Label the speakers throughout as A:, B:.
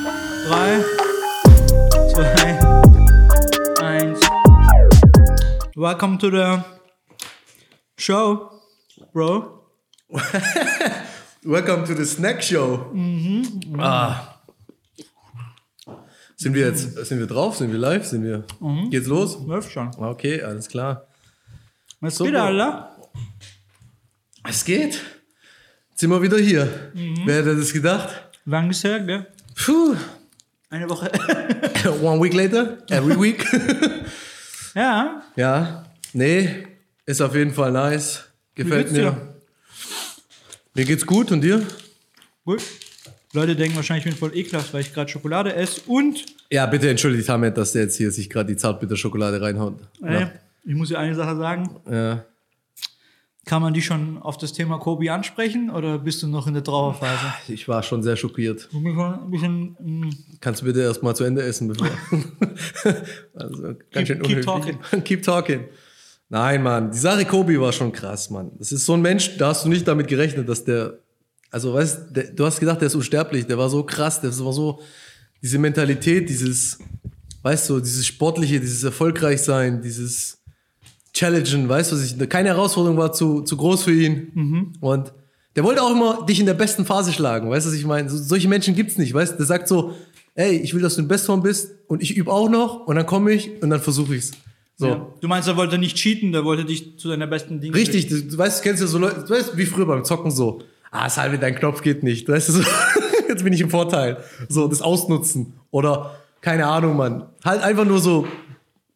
A: 3, 2, 1. Welcome to the show, bro.
B: Welcome to the Snack Show. Ah. Sind wir jetzt, sind wir drauf? Sind wir live? Sind wir? Geht's los?
A: Läuft schon.
B: Ah, Okay, alles klar.
A: Was
B: So
A: geht,
B: gut.
A: Alter?
B: Es geht. Jetzt sind wir wieder hier. Wer hätte das gedacht?
A: Lang ist her, gell?
B: Puh.
A: Eine Woche.
B: One week later, every week.
A: ja,
B: ja, nee, ist auf jeden Fall nice. Gefällt
A: Wie geht's
B: mir. Mir geht's gut und dir?
A: gut. Leute denken wahrscheinlich, ich bin voll ekelhaft, weil ich gerade Schokolade esse und
B: Ja, bitte entschuldigt Hamed, dass der jetzt hier sich gerade die Zartbitterschokolade reinhaut.
A: äh, ich muss dir eine Sache sagen.
B: Ja. ja.
A: Kann man die schon auf das Thema Kobi ansprechen oder bist du noch in der Trauerphase?
B: Ich war schon sehr schockiert.
A: Du bist schon ein bisschen mm,
B: Kannst du bitte erst mal zu Ende essen, bevor. also, ganz schön
A: Keep- keep
B: unhöflich. keep talking. Nein, Mann, die Sache Kobi war schon krass, Mann. Das ist so ein Mensch, da hast du nicht damit gerechnet, dass der. Also, weißt der, du, hast gedacht, der ist unsterblich, der war so krass, der war so. Diese Mentalität, dieses. Weißt du, dieses Sportliche, dieses Erfolgreichsein, dieses Challengen, weißt du, was ich, keine Herausforderung war zu, zu groß für ihn. Und der wollte auch immer dich in der besten Phase schlagen, weißt du, was ich meine? So, solche Menschen gibt's nicht, weißt du? Der sagt so, ey, ich will, dass du in Bestform bist und ich übe auch noch und dann komme ich und dann versuche ich's. So.
A: Ja. Du meinst, er wollte nicht cheaten, der wollte dich zu deiner besten Dinge.
B: Richtig, du, du weißt, du kennst ja so Leute, du weißt, wie früher beim Zocken so, ah, Salve, dein Knopf geht nicht, weißt du, so, jetzt bin ich im Vorteil. So, das Ausnutzen oder, keine Ahnung, Mann, halt einfach nur so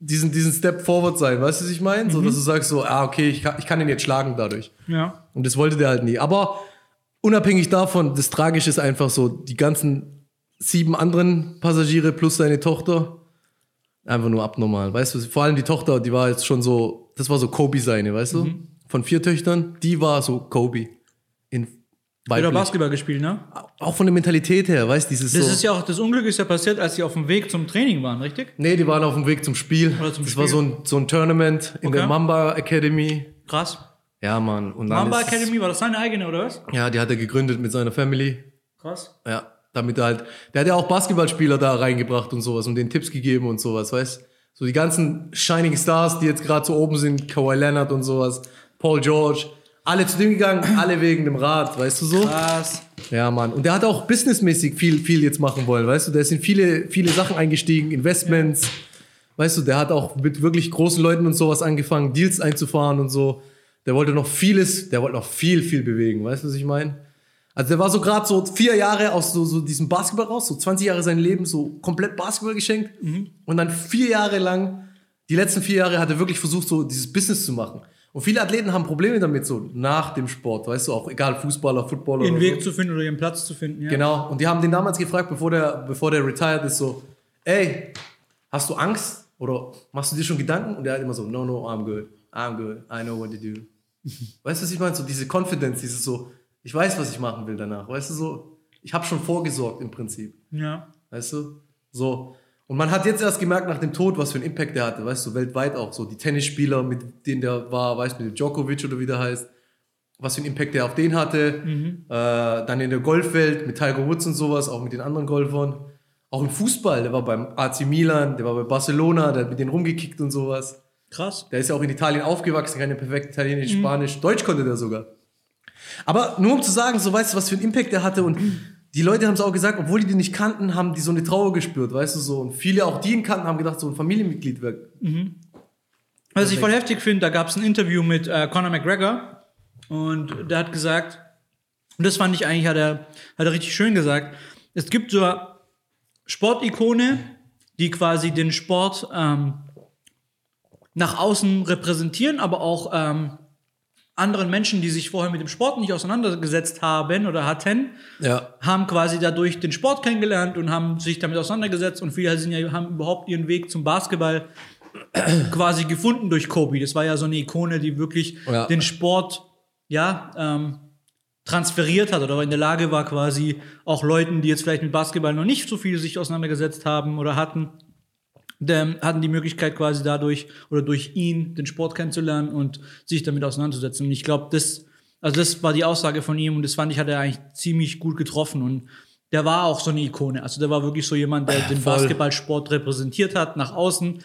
B: diesen, diesen Step forward sein, weißt du, was ich meine? So, dass du sagst so, ah, okay, ich kann, ich kann ihn jetzt schlagen dadurch.
A: Ja.
B: Und das wollte der halt nie. Aber unabhängig davon, das Tragische ist einfach so, die ganzen sieben anderen Passagiere plus seine Tochter, einfach nur abnormal. Weißt du, vor allem die Tochter, die war jetzt schon so, das war so Kobe seine, weißt du?
A: Mhm.
B: Von vier Töchtern, die war so Kobe. In
A: Oder
B: weiblich.
A: Basketball gespielt, ne?
B: Auch von der Mentalität her, weißt du, dieses
A: Das
B: so.
A: ist ja auch, das Unglück ist ja passiert, als sie auf dem Weg zum Training waren, richtig?
B: nee, die waren auf dem Weg zum Spiel.
A: Oder zum
B: das
A: Spiel.
B: war so ein, so ein Tournament in
A: Okay.
B: der Mamba Academy.
A: Krass.
B: Ja, Mann. Und dann
A: Mamba
B: ist es-
A: Academy, war das seine eigene, oder was?
B: Ja, die hat er gegründet mit seiner Family.
A: Krass.
B: Ja, damit er halt, der hat ja auch Basketballspieler da reingebracht und sowas und denen Tipps gegeben und sowas, weißt So die ganzen Shining Stars, die jetzt gerade so oben sind, Kawhi Leonard und sowas, Paul George, alle zu dem gegangen, alle wegen dem Rad, weißt du so?
A: Krass.
B: Ja, Mann. Und der hat auch businessmäßig viel, viel jetzt machen wollen, weißt du? Der ist in viele, viele Sachen eingestiegen, Investments, weißt du? Der hat auch mit wirklich großen Leuten und sowas angefangen, Deals einzufahren und so. Der wollte noch vieles, der wollte noch viel, viel bewegen, weißt du, was ich meine? Also der war so gerade so vier Jahre aus so, so diesem Basketball raus, so 20 Jahre sein Leben so komplett Basketball geschenkt und dann vier Jahre lang, die letzten vier Jahre hat er wirklich versucht, so dieses Business zu machen. Und viele Athleten haben Probleme damit, so nach dem Sport, weißt du, auch egal, Fußballer, Footballer.
A: Ihren
B: oder so.
A: Weg zu finden oder ihren Platz zu finden, ja.
B: Genau. Und die haben den damals gefragt, bevor der, bevor der retired ist, so, ey, hast du Angst? Oder machst du dir schon Gedanken? Und der hat immer so, no, no, I'm good. I'm good. I know what to do. weißt du, was ich meine? So diese Confidence, dieses so, ich weiß, was ich machen will danach. Weißt du, so, ich habe schon vorgesorgt im Prinzip.
A: Ja.
B: Weißt du? So. Und man hat jetzt erst gemerkt nach dem Tod, was für einen Impact der hatte, weißt du, weltweit auch. So die Tennisspieler, mit denen der war, weißt du, mit dem Djokovic oder wie der heißt, was für einen Impact der auf den hatte. Äh, dann in der Golfwelt mit Tiger Woods und sowas, auch mit den anderen Golfern. Auch im Fußball, der war beim AC Milan, der war bei Barcelona, der hat mit denen rumgekickt und sowas.
A: Krass.
B: Der ist ja auch in Italien aufgewachsen, kann ja perfekt Italienisch, Spanisch, Deutsch konnte der sogar. Aber nur um zu sagen, so weißt du, was für einen Impact er hatte und die Leute haben es auch gesagt, obwohl die den nicht kannten, haben die so eine Trauer gespürt, weißt du so. Und viele auch die ihn kannten, haben gedacht, so ein Familienmitglied wäre.
A: Was ich voll heftig finde, da gab es ein Interview mit äh, Conor McGregor und der hat gesagt, und das fand ich eigentlich, hat er, hat er richtig schön gesagt, es gibt so Sportikone, die quasi den Sport ähm, nach außen repräsentieren, aber auch ähm, anderen Menschen, die sich vorher mit dem Sport nicht auseinandergesetzt haben oder hatten,
B: Ja.
A: haben quasi dadurch den Sport kennengelernt und haben sich damit auseinandergesetzt und viele sind ja, haben überhaupt ihren Weg zum Basketball quasi gefunden durch Kobe. Das war ja so eine Ikone, die wirklich
B: Ja.
A: den Sport ja, ähm, transferiert hat oder in der Lage war quasi auch Leuten, die jetzt vielleicht mit Basketball noch nicht so viel sich auseinandergesetzt haben oder hatten, ähm, hatten die Möglichkeit quasi dadurch oder durch ihn den Sport kennenzulernen und sich damit auseinanderzusetzen. Und ich glaube, das, also das war die Aussage von ihm und das fand ich, hat er eigentlich ziemlich gut getroffen. Und der war auch so eine Ikone. Also der war wirklich so jemand, der den
B: Voll.
A: Basketballsport repräsentiert hat, nach außen,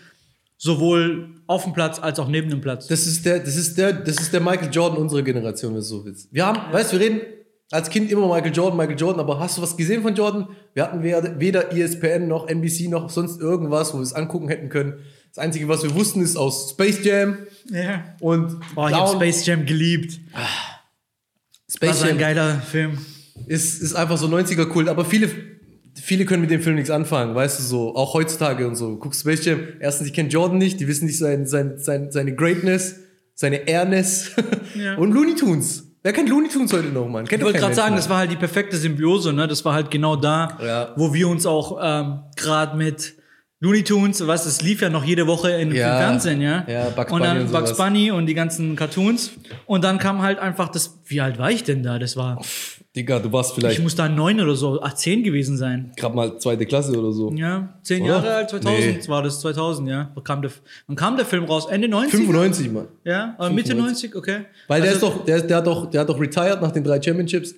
A: sowohl auf dem Platz als auch neben dem Platz.
B: Das ist der, das ist der, das ist der Michael Jordan unserer Generation, wenn du so willst. Wir haben, weißt du, wir reden als Kind immer Michael Jordan, Michael Jordan, aber hast du was gesehen von Jordan? Wir hatten weder, weder E ESPN noch NBC noch sonst irgendwas, wo wir es angucken hätten können. Das Einzige, was wir wussten, ist aus Space Jam
A: ja.
B: und
A: Oh, ich habe
B: Down-
A: Space Jam geliebt.
B: Space
A: Was ein
B: Jam
A: geiler Film.
B: ist, ist einfach so 90er-Kult, aber viele, viele können mit dem Film nichts anfangen, weißt du, so, auch heutzutage und so. Guckst Space Jam, erstens, die kennen Jordan nicht, die wissen nicht sein, sein, sein, seine Greatness, seine Airness
A: Ja.
B: und Looney Tunes. Wer kennt Looney Tunes heute noch, Mann?
A: Ich
B: Kennt doch
A: wollte
B: kein
A: gerade sagen,
B: Mensch
A: das war halt die perfekte Symbiose, ne? Das war halt genau da,
B: Ja.
A: wo wir uns auch ähm, gerade mit Looney Tunes, was es lief ja noch jede Woche in,
B: Ja.
A: im Fernsehen, ja.
B: Ja, Bugs
A: und dann
B: Bunny und
A: Bugs
B: sowas.
A: Bunny und die ganzen Cartoons. Und dann kam halt einfach das, wie alt war ich denn da? Das war,
B: mehr. Digga, du warst
A: ich
B: vielleicht
A: muss da neun oder so, ach, zehn gewesen sein.
B: gerade mal zweite Klasse oder so.
A: Ja, zehn
B: Oder?
A: Jahre alt, 2000
B: Oh, Nee.
A: war das, 2000, ja. Wann kam der, wann kam der Film raus? Ende 90?
B: 95, Mann.
A: Ja, oder Mitte 90, okay.
B: Weil
A: Also- Mhm.
B: der ist doch, der, der hat doch, der hat doch retired nach den drei Championships.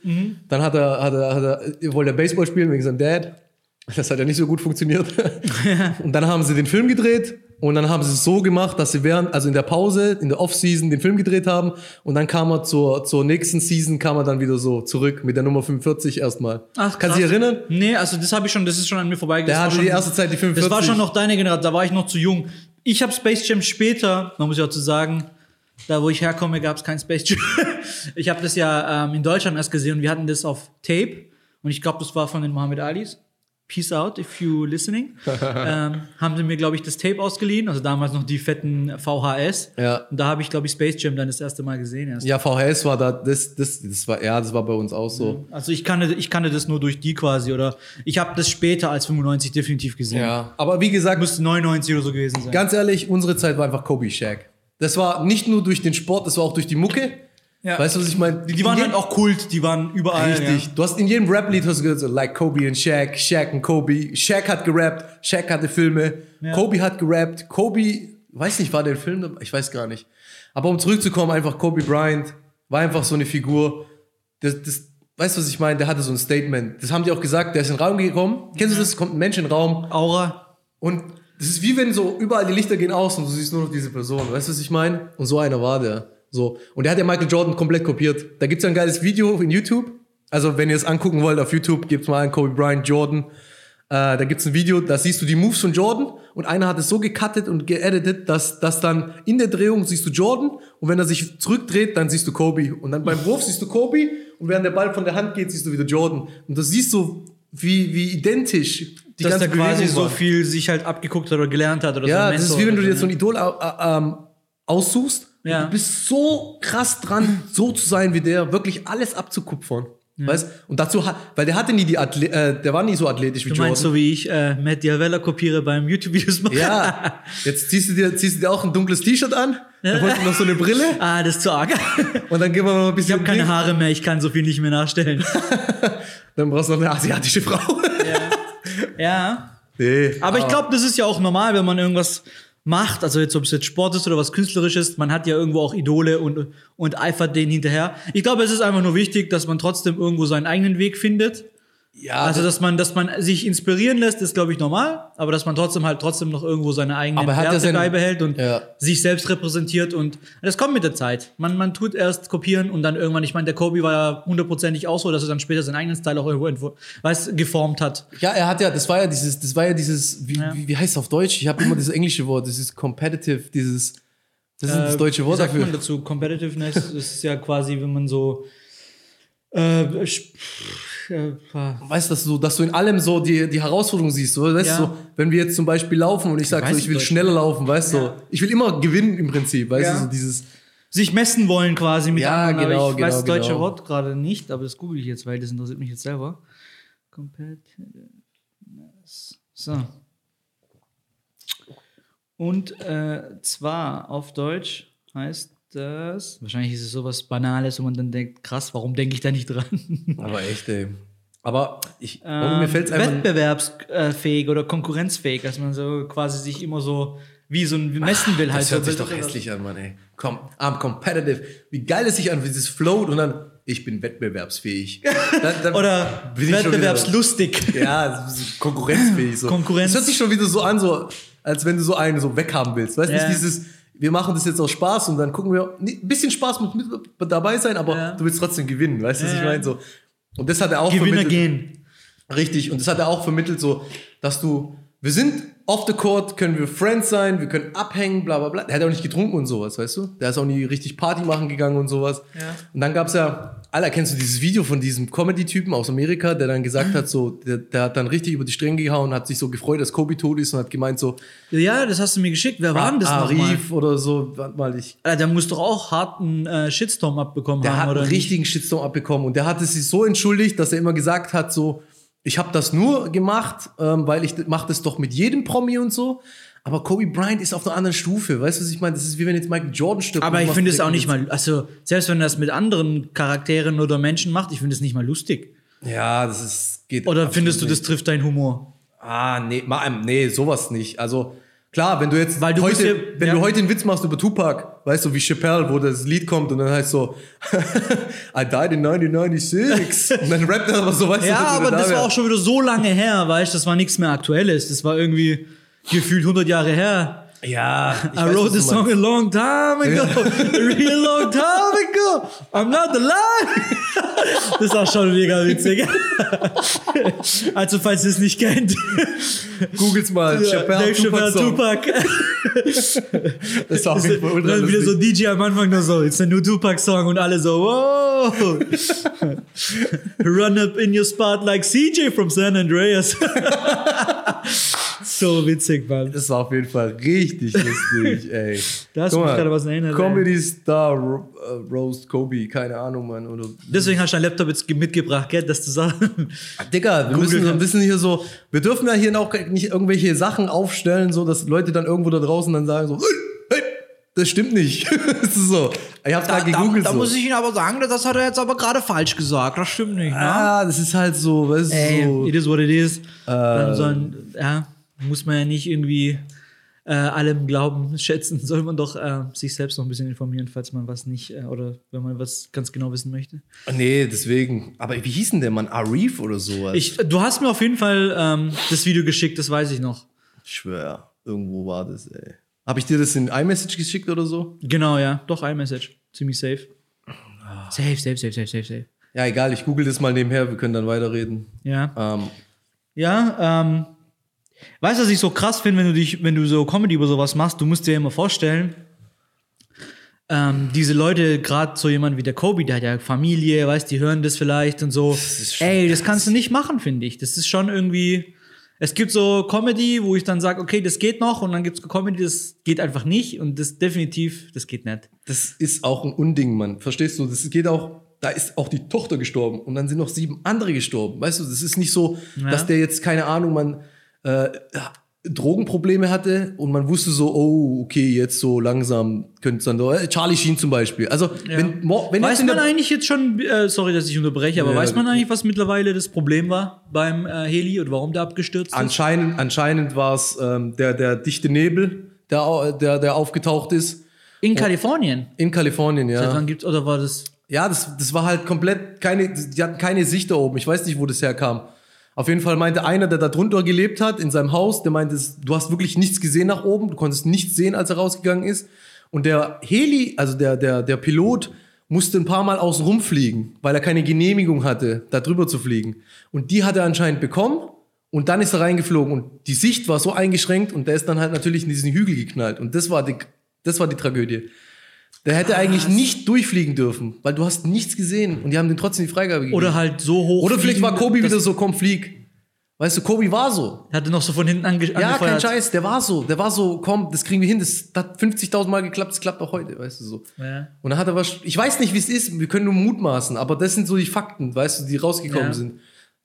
B: Dann hat er, hat er, hat er, wollte er Baseball spielen wegen seinem Dad. Das hat ja nicht so gut funktioniert. und dann haben sie den Film gedreht und dann haben sie es so gemacht, dass sie während, also in der Pause, in der Off-Season den Film gedreht haben und dann kam er zur, zur nächsten Season, kam er dann wieder so zurück mit der Nummer 45 erstmal.
A: Ach,
B: Kannst du dich
A: krass.
B: erinnern?
A: Nee, also das habe ich schon, das ist schon an mir vorbeigegangen. Das war
B: Der hatte
A: schon-
B: die erste Zeit die 45.
A: Das war schon noch deine Generation, da war ich noch zu jung. Ich habe Space Jam später, man muss ja dazu sagen, da wo ich herkomme, gab es kein Space Jam. Ich habe das ja ähm, in Deutschland erst gesehen und wir hatten das auf Tape und ich glaube, das war von den Muhammad Alis. Peace out, if you listening. ähm, haben sie mir, glaube ich, das Tape ausgeliehen, also damals noch die fetten VHS.
B: Ja.
A: Und da habe ich, glaube ich, Space Jam dann das erste Mal gesehen erst.
B: Ja, VHS war da, das, das, das war, ja, das war bei uns auch so.
A: Also ich kannte, ich kannte das nur durch die quasi oder ich habe das später als 95 definitiv gesehen.
B: Ja. Aber wie gesagt,
A: Müsste 99 oder so gewesen sein.
B: Ganz ehrlich, unsere Zeit war einfach Kobe Shaq. Das war nicht nur durch den Sport, das war auch durch die Mucke.
A: Ja.
B: Weißt du, was ich meine?
A: die waren halt auch Kult, die waren überall.
B: Richtig.
A: Ja.
B: Du hast in jedem Rap-Lied hast du gehört, so, like Kobe und Shaq, Shaq und Kobe. Shaq hat gerappt, Shaq hatte Filme, Kobe hat gerappt, Kobe, weiß nicht, war der Film, dabei? ich weiß gar nicht. Aber um zurückzukommen, einfach Kobe Bryant war einfach so eine Figur. Das, das, weißt du, was ich meine? Der hatte so ein Statement. Das haben die auch gesagt, der ist in den Raum gekommen. Kennst du
A: Mhm.
B: das? Es kommt ein Mensch in den Raum,
A: Aura.
B: und das ist wie wenn so überall die Lichter gehen aus und du siehst nur noch diese Person. Weißt du, was ich meine? Und so einer war der. So. Und der hat ja Michael Jordan komplett kopiert. Da gibt's ja ein geiles Video in YouTube. Also, wenn ihr es angucken wollt auf YouTube, gibt's mal einen Kobe Bryant Jordan. Äh, da gibt's ein Video, da siehst du die Moves von Jordan und einer hat es so gecuttet und geeditet, dass, dass dann in der Drehung siehst du Jordan und wenn er sich zurückdreht, dann siehst du Kobe. Und dann beim Wurf siehst du Kobe und während der Ball von der Hand geht, siehst du wieder Jordan. Und das siehst du, wie, wie identisch die
A: dass
B: ganze
A: der quasi
B: Bewegung
A: so
B: war.
A: viel sich halt abgeguckt hat oder gelernt hat oder so. ne?
B: Ja,
A: ein
B: das ist
A: Mentor
B: wie wenn du
A: oder
B: dir jetzt so ein Idol äh, äh, ähm, aussuchst.
A: Ja.
B: Und du bist so krass dran, so zu sein wie der, wirklich alles abzukupfern. Weißt? Und dazu hat, weil der hatte nie die Athle äh, der war nie so athletisch wie
A: Du
B: Jordan.
A: meinst so wie ich äh, Matt Diavella kopiere beim YouTube-Videos mache?
B: ja. Jetzt ziehst du dir, ziehst du dir auch ein dunkles T-Shirt an, dann holst du noch so eine Brille
A: Ah, das ist zu arg. Ich
B: und dann gehen wir noch ein bisschen.
A: habe keine
B: Ding.
A: Haare mehr, ich kann so viel nicht mehr nachstellen.
B: Dann brauchst du noch eine asiatische Frau.
A: ja.
B: nee. ah,
A: Aber ich glaube, das ist ja auch normal, wenn man irgendwas macht, also jetzt ob es jetzt Sport ist oder was künstlerisches, man hat ja irgendwo auch Idole und und eifert denen hinterher. Ich glaube, es ist einfach nur wichtig, dass man trotzdem irgendwo seinen eigenen Weg findet.
B: ja,
A: Also dass man, dass man sich inspirieren lässt, ist glaube ich normal, aber dass man trotzdem halt trotzdem noch irgendwo seine eigenen
B: Aber hat er
A: Werte
B: seinen-
A: beibehält und
B: Ja.
A: sich selbst repräsentiert und das kommt mit der Zeit. Man man tut erst kopieren und dann irgendwann, ich meine, der Kobe war ja hundertprozentig auch so, dass er dann später seinen eigenen Style auch irgendwo entwo- weiß, geformt hat.
B: Ja, er hat ja, das war ja dieses, das war ja dieses, wie, wie, wie heißt es auf Deutsch? Ich habe immer dieses englische Wort, dieses competitive, dieses, das ist das
A: Äh,
B: deutsche Wort
A: wie sagt
B: dafür.
A: man dazu? Competitiveness ist ja quasi, wenn man so. Äh, sp- äh,
B: weißt du, dass du, dass du in allem so die, die Herausforderung siehst. So, weißt
A: Ja.
B: du, so, wenn wir jetzt zum Beispiel laufen und ich sage
A: weiß
B: so, ich
A: es
B: will
A: doch.
B: schneller laufen, weißt du, so,
A: Ja.
B: ich will immer gewinnen im Prinzip, weißt
A: Ja.
B: du, so dieses,
A: sich messen wollen quasi mit
B: Ja,
A: anderen.
B: genau,
A: aber ich weiß
B: genau,
A: das deutsche
B: genau.
A: Wort gerade nicht, aber das google ich jetzt, weil das interessiert mich jetzt selber. Competitiveness. So. Und äh, zwar auf Deutsch heißt das. Wahrscheinlich ist es sowas Banales, wo man dann denkt, krass, warum denke ich da nicht dran?
B: aber echt, ey. Aber ich,
A: ähm,
B: mir fällt's einfach,
A: wettbewerbsfähig oder konkurrenzfähig, dass man so quasi sich immer so wie so ein messen will halt.
B: das hört
A: so
B: sich doch hässlich an, Mann, ey. Komm, I'm competitive. Wie geil es sich an, wie dieses float und dann ich bin wettbewerbsfähig. Dann, dann
A: Oder
B: bin ich schon wieder-
A: wettbewerbslustig.
B: Ja, so konkurrenzfähig. So.
A: Konkurrenz.
B: Es hört sich schon wieder so an, so, als wenn du so einen so weghaben willst. Weißt du,
A: Ja.
B: nicht dieses, wir machen das jetzt aus Spaß und dann gucken wir, nee, ein bisschen Spaß muss mit dabei sein, aber
A: Ja.
B: du willst trotzdem gewinnen. Weißt du, was
A: Ja.
B: ich meine? So. Und das hat er auch
A: Gewinner
B: vermittelt.
A: gehen.
B: Richtig, und das hat er auch vermittelt, so, dass du, wir sind off the court, können wir Friends sein, wir können abhängen, bla bla bla. Der hat auch nicht getrunken und sowas, weißt du? Der ist auch nie richtig Party machen gegangen und sowas.
A: Ja.
B: Und dann gab's ja, Alter, kennst du dieses Video von diesem Comedy-Typen aus Amerika, der dann gesagt hat, so, der, der hat dann richtig über die Stränge gehauen, hat sich so gefreut, dass Kobe tot ist und hat gemeint, so,
A: Ja, das hast du mir geschickt. Wer war denn das nochmal?
B: Arif oder so, warte mal, ich
A: Alter, der muss doch auch harten äh, Shitstorm abbekommen
B: Der
A: haben,
B: hat einen
A: oder? nicht?
B: richtigen Shitstorm abbekommen und der hatte sich so entschuldigt, dass er immer gesagt hat, so, ich habe das nur gemacht, ähm, weil ich mache das doch mit jedem Promi und so. Aber Kobe Bryant ist auf einer anderen Stufe, weißt du, was ich meine? Das ist wie wenn jetzt Michael Jordan stirbt.
A: Aber
B: und
A: ich
B: macht
A: finde es auch
B: direkt
A: nicht mal, also selbst wenn er das mit anderen Charakteren oder Menschen macht, ich finde es nicht mal lustig.
B: mit- Ja, das ist geht.
A: Oder
B: absolut
A: findest du,
B: nicht.
A: das trifft deinen Humor?
B: Ah, nee, ma- ähm, nee, sowas nicht. Also klar, wenn du jetzt
A: Weil du
B: heute,
A: bist ja-
B: wenn
A: ja.
B: du heute einen Witz machst über Tupac, weißt du, wie Chappelle, wo das Lied kommt und dann heißt so, I died in 1996 und dann rappt er aber so, weißt du,
A: Ja,
B: als wenn er
A: aber das
B: wär.
A: war auch schon wieder so lange her, weißt du, das war nichts mehr Aktuelles. Das war irgendwie gefühlt 100 Jahre her.
B: Ja, ich
A: I
B: weiß,
A: wrote
B: was du
A: this song
B: meinst.
A: a long time ago, a real long
B: Ah,
A: time ago. I'm not alive. Das ist auch schon mega witzig. Also falls ihr es nicht kennt,
B: Googles mal. Chappelle,
A: Dave Chappelle,
B: Tupac Song.
A: Tupac.
B: Das ist auf jeden Fall
A: Und
B: ultra
A: dann wieder so
B: lustig.
A: DJ am Anfang nur so, it's a new Tupac-Song und alle so, wow. Run up in your spot like CJ from San Andreas. so witzig, Mann.
B: Das war auf jeden Fall richtig lustig, ey.
A: Da hast du
B: Guck
A: mich
B: mal,
A: gerade was erinnert, ey.
B: Comedy Star Ro äh, Roast Kobe, keine Ahnung, Mann. Oder
A: Deswegen hast du deinen Laptop jetzt mitgebracht, gell, dass du sagst.
B: Ah, Digga, wir müssen so ein bisschen hier so, wir dürfen ja hier auch nicht irgendwelche Sachen aufstellen, so dass Leute dann irgendwo da draußen dann sagen so, hey, hey, das stimmt nicht. das ist so. Ich hab's gerade gegoogelt. so.
A: ich Ihnen aber sagen, das hat er jetzt aber gerade falsch gesagt. Das stimmt nicht,
B: ah, Äh. das ist halt so, weißt
A: Ey,
B: du, so.
A: it is what it is. Dann sollen, ja, muss man ja nicht irgendwie äh, allem Glauben schätzen. Soll man doch äh, sich selbst noch ein bisschen informieren, falls man was nicht äh, oder wenn man was ganz genau wissen möchte.
B: Nee, deswegen. Aber wie hieß denn der Mann? Arif oder sowas?
A: Ich, du hast mir auf jeden Fall ähm, das Video geschickt, das weiß ich noch.
B: Ich schwör, irgendwo war das, ey. Habe ich dir das in iMessage geschickt oder so?
A: Genau, ja. Doch, iMessage. Ziemlich safe.
B: Ah.
A: Safe, safe, safe, safe, safe, safe.
B: Ja, egal, ich google das mal nebenher, wir können dann weiterreden.
A: Ja.
B: Ähm,
A: Ja, ähm, weißt du, was ich so krass finde, wenn du dich, wenn du so Comedy über sowas machst, du musst dir ja immer vorstellen, ähm, diese Leute, gerade so jemand wie der Kobe, der hat ja Familie, weißt, die hören das vielleicht und so.
B: ist schon
A: Ey, das kannst du nicht machen, finde ich. Das ist schon irgendwie. Es gibt so Comedy, wo ich dann sage, okay, das geht noch, und dann gibt es Comedy, das geht einfach nicht, und das definitiv, das geht nicht.
B: das ist auch ein Unding, Mann. Verstehst du? Das geht auch, da ist auch die Tochter gestorben und dann sind noch sieben andere gestorben. Weißt du, das ist nicht so,
A: Ja.
B: dass der jetzt, keine Ahnung, man äh, ja, Drogenprobleme hatte und man wusste so, oh, okay, jetzt so langsam könnte es dann doch. äh, Charlie Sheen zum Beispiel. Also, wenn, mo- wenn jetzt
A: Weiß
B: in
A: man
B: der-
A: eigentlich jetzt schon, äh, sorry, dass ich unterbreche, aber
B: Ja,
A: weiß man
B: bitte.
A: eigentlich, was mittlerweile das Problem war beim äh, Heli und warum der abgestürzt ist?
B: Anscheinend, anscheinend war es ähm, der, der dichte Nebel, der, au- der, der aufgetaucht ist.
A: In Kalifornien?
B: In Kalifornien,
A: Seit
B: ja.
A: wann gibt's, oder war das?
B: Ja, das, das war halt komplett keine, die hatten keine Sicht da oben. Ich weiß nicht, wo das herkam. Auf jeden Fall meinte einer, der da drunter gelebt hat, in seinem Haus, der meinte, es- du hast wirklich nichts gesehen nach oben, du konntest nichts sehen, als er rausgegangen ist. Und der Heli, also der, der, der Pilot, musste ein paar Mal außen rumfliegen, weil er keine Genehmigung hatte, da drüber zu fliegen. Und die hat er anscheinend bekommen und dann ist er reingeflogen und die Sicht war so eingeschränkt und der ist dann halt natürlich in diesen Hügel geknallt. Und das war die, das war die Tragödie. Der hätte eigentlich nicht durchfliegen dürfen, weil du hast nichts gesehen und die haben den trotzdem die Freigabe gegeben.
A: Oder halt so hoch.
B: Oder vielleicht war
A: fliegen,
B: Kobe
A: dass-
B: wieder so, komm, flieg. Weißt du, Kobe war so.
A: Hatte noch so von hinten ange
B: Ja, kein
A: angefeuert.
B: Scheiß, der war so. Der war so, komm, das kriegen wir hin. Das hat 50.000 Mal geklappt, das klappt auch heute, weißt du so.
A: Ja.
B: Und dann hat er was, ich weiß nicht, wie es ist, wir können nur mutmaßen, aber das sind so die Fakten, weißt du, die rausgekommen
A: Ja.
B: sind.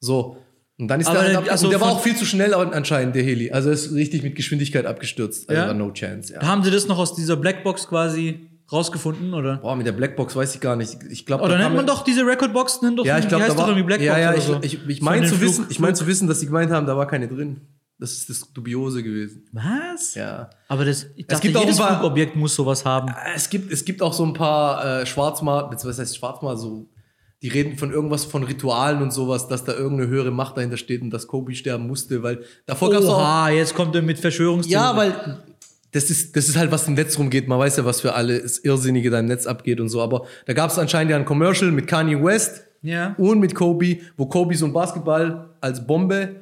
B: So. Und dann ist
A: Aber
B: der,
A: der-
B: halt ab,
A: also
B: und der war
A: von-
B: auch viel zu schnell an- anscheinend, der Heli. Also er ist richtig mit Geschwindigkeit abgestürzt. Also
A: Ja?
B: war no chance, ja.
A: Da haben sie das noch aus dieser Blackbox quasi rausgefunden, oder?
B: Boah, mit der Blackbox weiß ich gar nicht. Ich glaube,
A: Oder nennt Oh, man doch diese Recordbox, nennt doch
B: Ja, ich
A: die
B: glaube,
A: Hm, heißt
B: da war
A: doch irgendwie Blackbox
B: Ja, ja,
A: oder
B: ich,
A: so.
B: ich, ich
A: Von
B: meine
A: den
B: zu
A: Flug-
B: wissen, ich meine zu wissen, dass sie gemeint haben, da war keine drin. Das ist das dubiose gewesen.
A: Was?
B: Ja.
A: Aber das, ich dachte,
B: gibt auch
A: jedes
B: ein paar- Ah,
A: Flugobjekt muss sowas haben.
B: Es gibt es gibt auch so ein paar äh, Schwarzmal, was heißt Schwarzmal so die reden von irgendwas von Ritualen und sowas, dass da irgendeine höhere Macht dahinter steht und dass Kobe sterben musste, weil davor gab es auch
A: Oha, jetzt kommt er mit Verschwörungstheorien.
B: ja, weil das ist, das ist halt, was im Netz rumgeht. Man weiß ja, was für alle das Irrsinnige da im Netz abgeht und so. Aber da gab es anscheinend ja ein Commercial mit Kanye West
A: Ja.
B: und mit Kobe, wo Kobe so einen Basketball als Bombe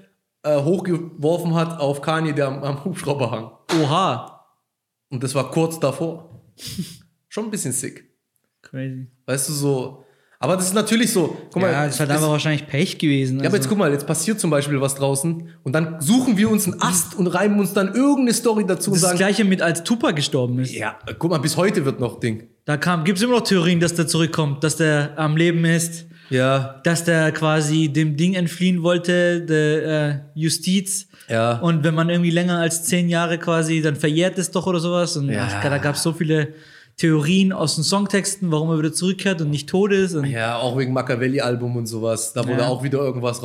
B: äh, hochgeworfen hat auf Kanye, der am, am Hubschrauber hang.
A: Oha.
B: Und das war kurz davor. Schon ein bisschen sick.
A: Crazy.
B: Weißt du, so. Aber das ist natürlich so. Guck mal,
A: ja, das ist halt
B: das-
A: einfach wahrscheinlich Pech gewesen.
B: Ja, aber jetzt
A: also.
B: guck mal, jetzt passiert zum Beispiel was draußen und dann suchen wir uns einen Ast und reimen uns dann irgendeine Story dazu
A: das
B: und
A: ist das
B: sagen,
A: gleiche mit, als Tupac gestorben ist.
B: ja, guck mal, bis heute wird noch Ding.
A: Da kam, gibt's immer noch Theorien, dass der zurückkommt, dass der am Leben ist,
B: Ja,
A: dass der quasi dem Ding entfliehen wollte, der äh, Justiz.
B: Ja.
A: Und wenn man irgendwie länger als zehn Jahre quasi, dann verjährt es doch oder sowas. Und
B: Ja.
A: ach, da gab's so viele Theorien aus den Songtexten, warum er wieder zurückkehrt und nicht tot ist. Und
B: ja, auch wegen Machiavelli-Album und sowas. Da wurde
A: Ja.
B: auch wieder irgendwas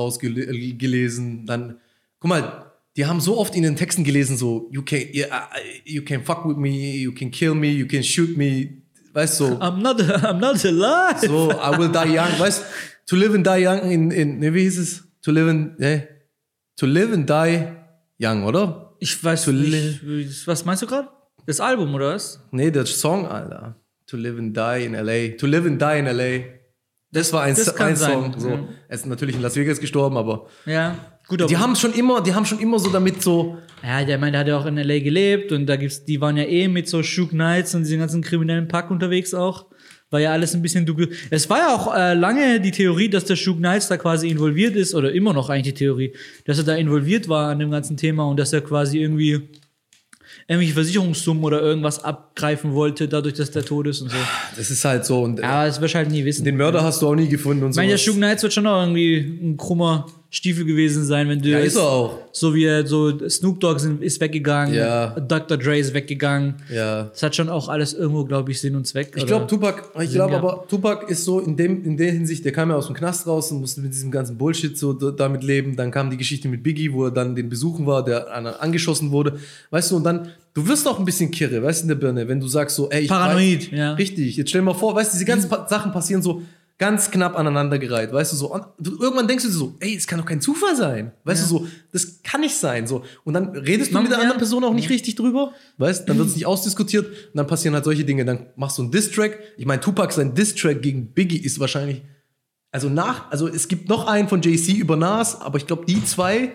B: rausgelesen. Dann, guck mal, die haben so oft in den Texten gelesen, so, you can, yeah, you can fuck with me, you can kill me, you can shoot me, weißt du, so,
A: I'm not, I'm not alive.
B: so, I will die young, weißt to live and die young in, in ne, wie hieß es? To live and, ne, to live and die young, oder?
A: Ich weiß nicht, wie- was meinst du gerade? Das Album oder was?
B: Nee, Ne, der Song, Alter. To Live and Die in L.A. To Live and Die in L.A. Das war ein,
A: das
B: so-
A: kann
B: ein
A: sein, Mhm.
B: Song. So.
A: ja.
B: Er ist natürlich in Las Vegas gestorben, aber
A: Ja, gut, aber
B: die haben schon immer, die haben schon immer so damit so.
A: Ja, der meint, der hat ja auch in LA gelebt und da gibt's, die waren ja eh mit so Shook Knights und diesem ganzen kriminellen Pack unterwegs auch. War ja alles ein bisschen dunkel. Es war ja auch äh, lange die Theorie, dass der Shook Knights da quasi involviert ist, oder immer noch eigentlich die Theorie, dass er da involviert war an dem ganzen Thema und dass er quasi irgendwie irgendwelche Versicherungssummen oder irgendwas abgreifen wollte, dadurch, dass der tot ist und so.
B: Das ist halt so und äh,
A: Aber das wirst du halt nie wissen.
B: den Mörder hast du auch nie gefunden und
A: Ich
B: so.
A: meine, der Shook Knights wird schon auch irgendwie ein krummer Stiefel gewesen sein, wenn du.
B: Ja,
A: jetzt-
B: ist er auch.
A: So wie er- so Snoop Dogg sind, ist weggegangen,
B: Ja.
A: Dr. Dre ist weggegangen.
B: Ja.
A: Das hat schon auch alles irgendwo, glaube ich, Sinn und Zweck.
B: Ich glaube, Tupac, ich glaube
A: ja.
B: aber, Tupac ist so in, dem, in der Hinsicht, der kam ja aus dem Knast raus und musste mit diesem ganzen Bullshit so d- damit leben. Dann kam die Geschichte mit Biggie, wo er dann den besuchen war, der an- angeschossen wurde. Weißt du, und dann, du wirst auch ein bisschen kirre, weißt du, in der Birne, wenn du sagst so, ey, ich
A: Paranoid,
B: weiß,
A: ja.
B: Richtig, jetzt stell dir mal vor, weißt du, diese ganzen pa Sachen passieren so ganz knapp aneinandergereiht, weißt du, so. Und du, irgendwann denkst du dir so, ey, es kann doch kein Zufall sein. Weißt du, so, das kann nicht sein, so. Und dann redest du
A: Man-
B: mit der
A: ja.
B: anderen Person auch nicht richtig drüber, weißt, dann wird es nicht ausdiskutiert und dann passieren halt solche Dinge. Dann machst du einen Diss-Track. Ich meine, Tupac, sein Diss-Track gegen Biggie ist wahrscheinlich, also nach, also es gibt noch einen von Jay-Z über Nas, aber ich glaube, die zwei,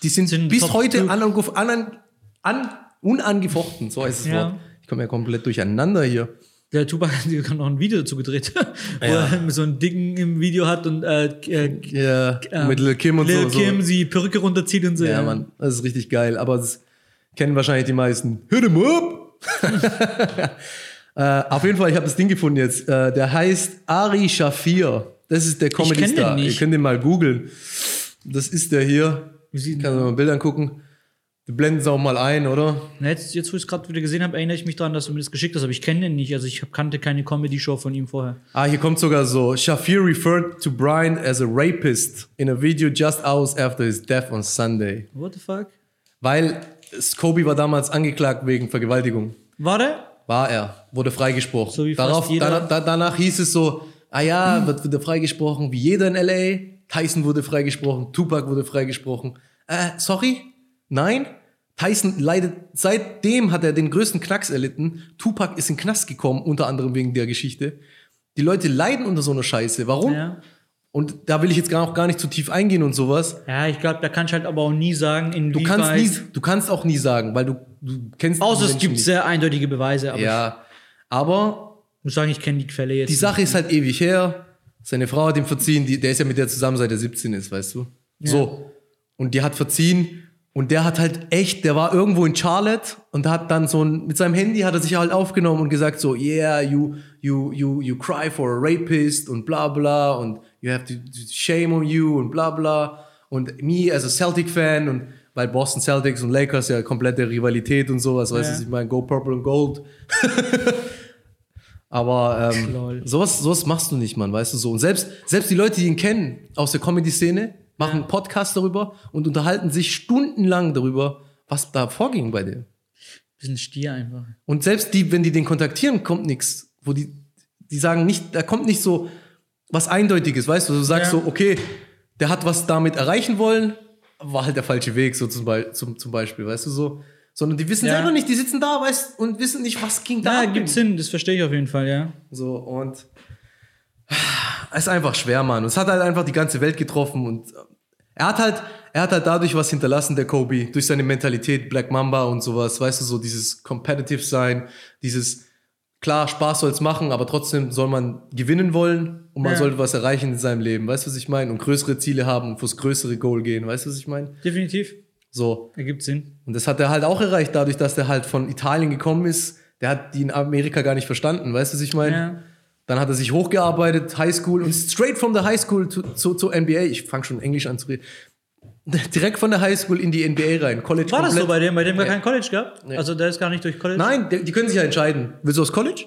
B: die sind,
A: Sind
B: bis
A: top
B: heute
A: two.
B: an, an, an, unangefochten, so heißt das
A: Ja.
B: Wort. Ich komme ja komplett durcheinander hier.
A: der Tupac hat sogar noch ein Video dazu gedreht, wo er so einen Dicken im Video hat und äh, äh,
B: Ja,
A: ähm,
B: mit Lil Kim und
A: Lil
B: so.
A: Kim
B: so.
A: sie Perücke runterzieht und so.
B: Ja, Mann, das ist richtig geil. Aber das kennen wahrscheinlich die meisten. Hit him up! äh, auf jeden Fall, ich habe das Ding gefunden jetzt. Äh, der heißt Ari Shafir. Das ist der Comedy
A: kenn den
B: Star.
A: nicht.
B: Ihr könnt den mal googeln. Das ist der hier.
A: Wie sieht
B: Kannst du mal Bildern gucken. Wir blenden es auch mal ein, oder?
A: Na, jetzt, jetzt, wo ich es gerade wieder gesehen habe, erinnere ich mich daran, dass du mir das geschickt hast, aber ich kenne den nicht. Also ich hab- kannte keine Comedy-Show von ihm vorher.
B: Ah, hier kommt sogar so. Shafir referred to Brian as a rapist in a video just hours after his death on Sunday.
A: What the fuck?
B: Weil Scobie war damals angeklagt wegen Vergewaltigung.
A: War der?
B: War er, wurde freigesprochen.
A: So wie fast
B: Darauf,
A: jeder.
B: dana- da, danach hieß es so, ah ja, wird wieder freigesprochen, wie jeder in L.A. Tyson wurde freigesprochen, Tupac wurde freigesprochen. Äh, sorry? Nein? Tyson leidet, seitdem hat er den größten Knacks erlitten. Tupac ist in den Knast gekommen, unter anderem wegen der Geschichte. Die Leute leiden unter so einer Scheiße. Warum?
A: Ja.
B: Und da will ich jetzt gar, auch gar nicht zu tief eingehen und sowas.
A: Ja, ich glaube, da kann ich halt aber auch nie sagen,
B: Du
A: inwieweit.
B: kannst, nie, du kannst auch nie sagen, weil du, du kennst die
A: Außer es
B: Menschen
A: gibt
B: nicht.
A: sehr eindeutige Beweise, aber
B: Ja, aber
A: ich muss sagen, ich kenne die Quelle jetzt.
B: Die Sache ist halt ewig her. Seine Frau hat ihm verziehen. Die, der ist ja mit der zusammen, seit er 17 ist, weißt du? So. Und die hat verziehen. Und der hat halt echt, der war irgendwo in Charlotte und hat dann so ein, mit seinem Handy hat er sich halt aufgenommen und gesagt so, yeah, you, you, you, you cry for a rapist und bla bla und you have to, to shame on you und bla bla und me as a Celtic fan und weil Boston Celtics und Lakers ja komplette Rivalität und sowas, weißt
A: Ja.
B: du, ich meine, go purple and gold. Aber ähm,
A: Lol.
B: sowas, sowas machst du nicht, Mann, weißt du so. Und selbst, selbst die Leute, die ihn kennen aus der Comedy-Szene, machen einen Podcast darüber und unterhalten sich stundenlang darüber, was da vorging bei dem.
A: bisschen Stier einfach.
B: Und selbst die, wenn die den kontaktieren, kommt nichts. Wo die, die sagen nicht, da kommt nicht so, was Eindeutiges, weißt du? Du sagst
A: Ja.
B: so, okay, der hat was damit erreichen wollen, war halt der falsche Weg, so zum, Be zum, zum Beispiel, weißt du so. Sondern die wissen
A: Ja.
B: selber nicht, die sitzen da, weißt und wissen nicht, was ging da.
A: Da
B: ab.
A: gibt's Sinn, das verstehe ich auf jeden Fall, ja.
B: So, und es ist einfach schwer, Mann. Und Es hat halt einfach die ganze Welt getroffen und äh, er hat halt, er hat halt dadurch was hinterlassen, der Kobe, durch seine Mentalität, Black Mamba und sowas, weißt du, so dieses Competitive sein, dieses, klar, Spaß soll's machen, aber trotzdem soll man gewinnen wollen und man
A: Ja.
B: sollte was erreichen in seinem Leben, weißt du, was ich meine? Und größere Ziele haben und fürs größere Goal gehen, weißt du, was ich meine?
A: Definitiv.
B: So,
A: Ergibt Sinn.
B: und das hat er halt auch erreicht, dadurch, dass der halt von Italien gekommen ist, der hat die in Amerika gar nicht verstanden, weißt du, was ich meine?
A: Ja.
B: Dann hat er sich hochgearbeitet, Highschool und straight from the Highschool zu, zu, zu NBA. Ich fange schon Englisch an zu reden. Direkt von der Highschool in die NBA rein. College
A: War das so bei
B: komplett.
A: dem, bei dem gar kein College gab? Also der ist gar nicht durch College.
B: Nein, die, die können sich ja entscheiden. Willst du aus College?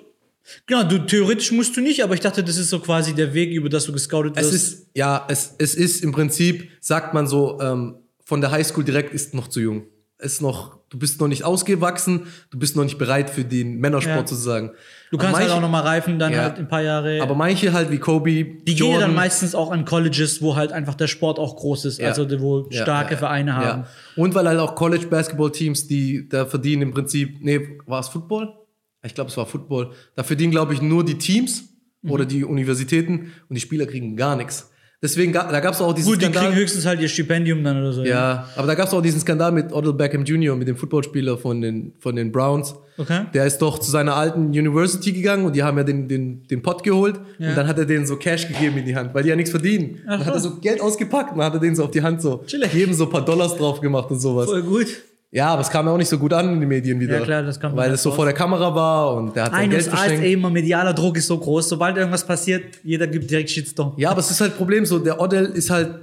A: Genau, du theoretisch musst du nicht, aber ich dachte, das ist so quasi der Weg, über das du gescoutet wirst.
B: Es ist, ja, es, es ist im Prinzip, sagt man so, ähm, von der Highschool direkt ist noch zu jung. Ist noch, du bist noch nicht ausgewachsen, du bist noch nicht bereit für den Männersport
A: Ja.
B: sozusagen.
A: du kannst
B: manche,
A: halt auch nochmal reifen, dann
B: Ja.
A: halt in ein paar Jahre.
B: Aber manche halt wie Kobe,
A: die gehen ja dann meistens auch an Colleges, wo halt einfach der Sport auch groß ist, also wo
B: Ja,
A: starke
B: ja,
A: Vereine
B: ja.
A: haben.
B: Und weil halt auch College-Basketball-Teams, die da verdienen im Prinzip, nee, war es Football? Ich glaube, es war Football. Da verdienen, glaube ich, nur die Teams oder
A: Mhm.
B: die Universitäten und die Spieler kriegen gar nichts. Deswegen, ga- da gab es auch diesen
A: Gut, die kriegen
B: Skandal.
A: höchstens halt ihr Stipendium dann oder so.
B: Ja, aber da gab es auch diesen Skandal mit Odell Beckham Jr., mit dem Footballspieler von den, von den Browns.
A: Okay.
B: Der ist doch zu seiner alten University gegangen und die haben ja den, den, den Pott geholt
A: Ja.
B: und dann hat er denen so Cash gegeben in die Hand, weil die ja nichts verdienen.
A: Ach
B: dann hat er
A: so.
B: so Geld ausgepackt und dann hat er denen so auf die Hand so
A: Chillig.
B: jedem so ein paar Dollars drauf gemacht und sowas.
A: Voll gut.
B: Ja, aber es kam ja auch nicht so gut an in den Medien wieder.
A: Ja, klar, das kam
B: Weil
A: nicht
B: es so vor der Kamera war und der hat sein
A: Nein,
B: Geld
A: als
B: verschenkt.
A: immer medialer Druck ist so groß. Sobald irgendwas passiert, jeder gibt direkt Shitstorm.
B: Ja, aber es ist halt Problem so, der Odell ist halt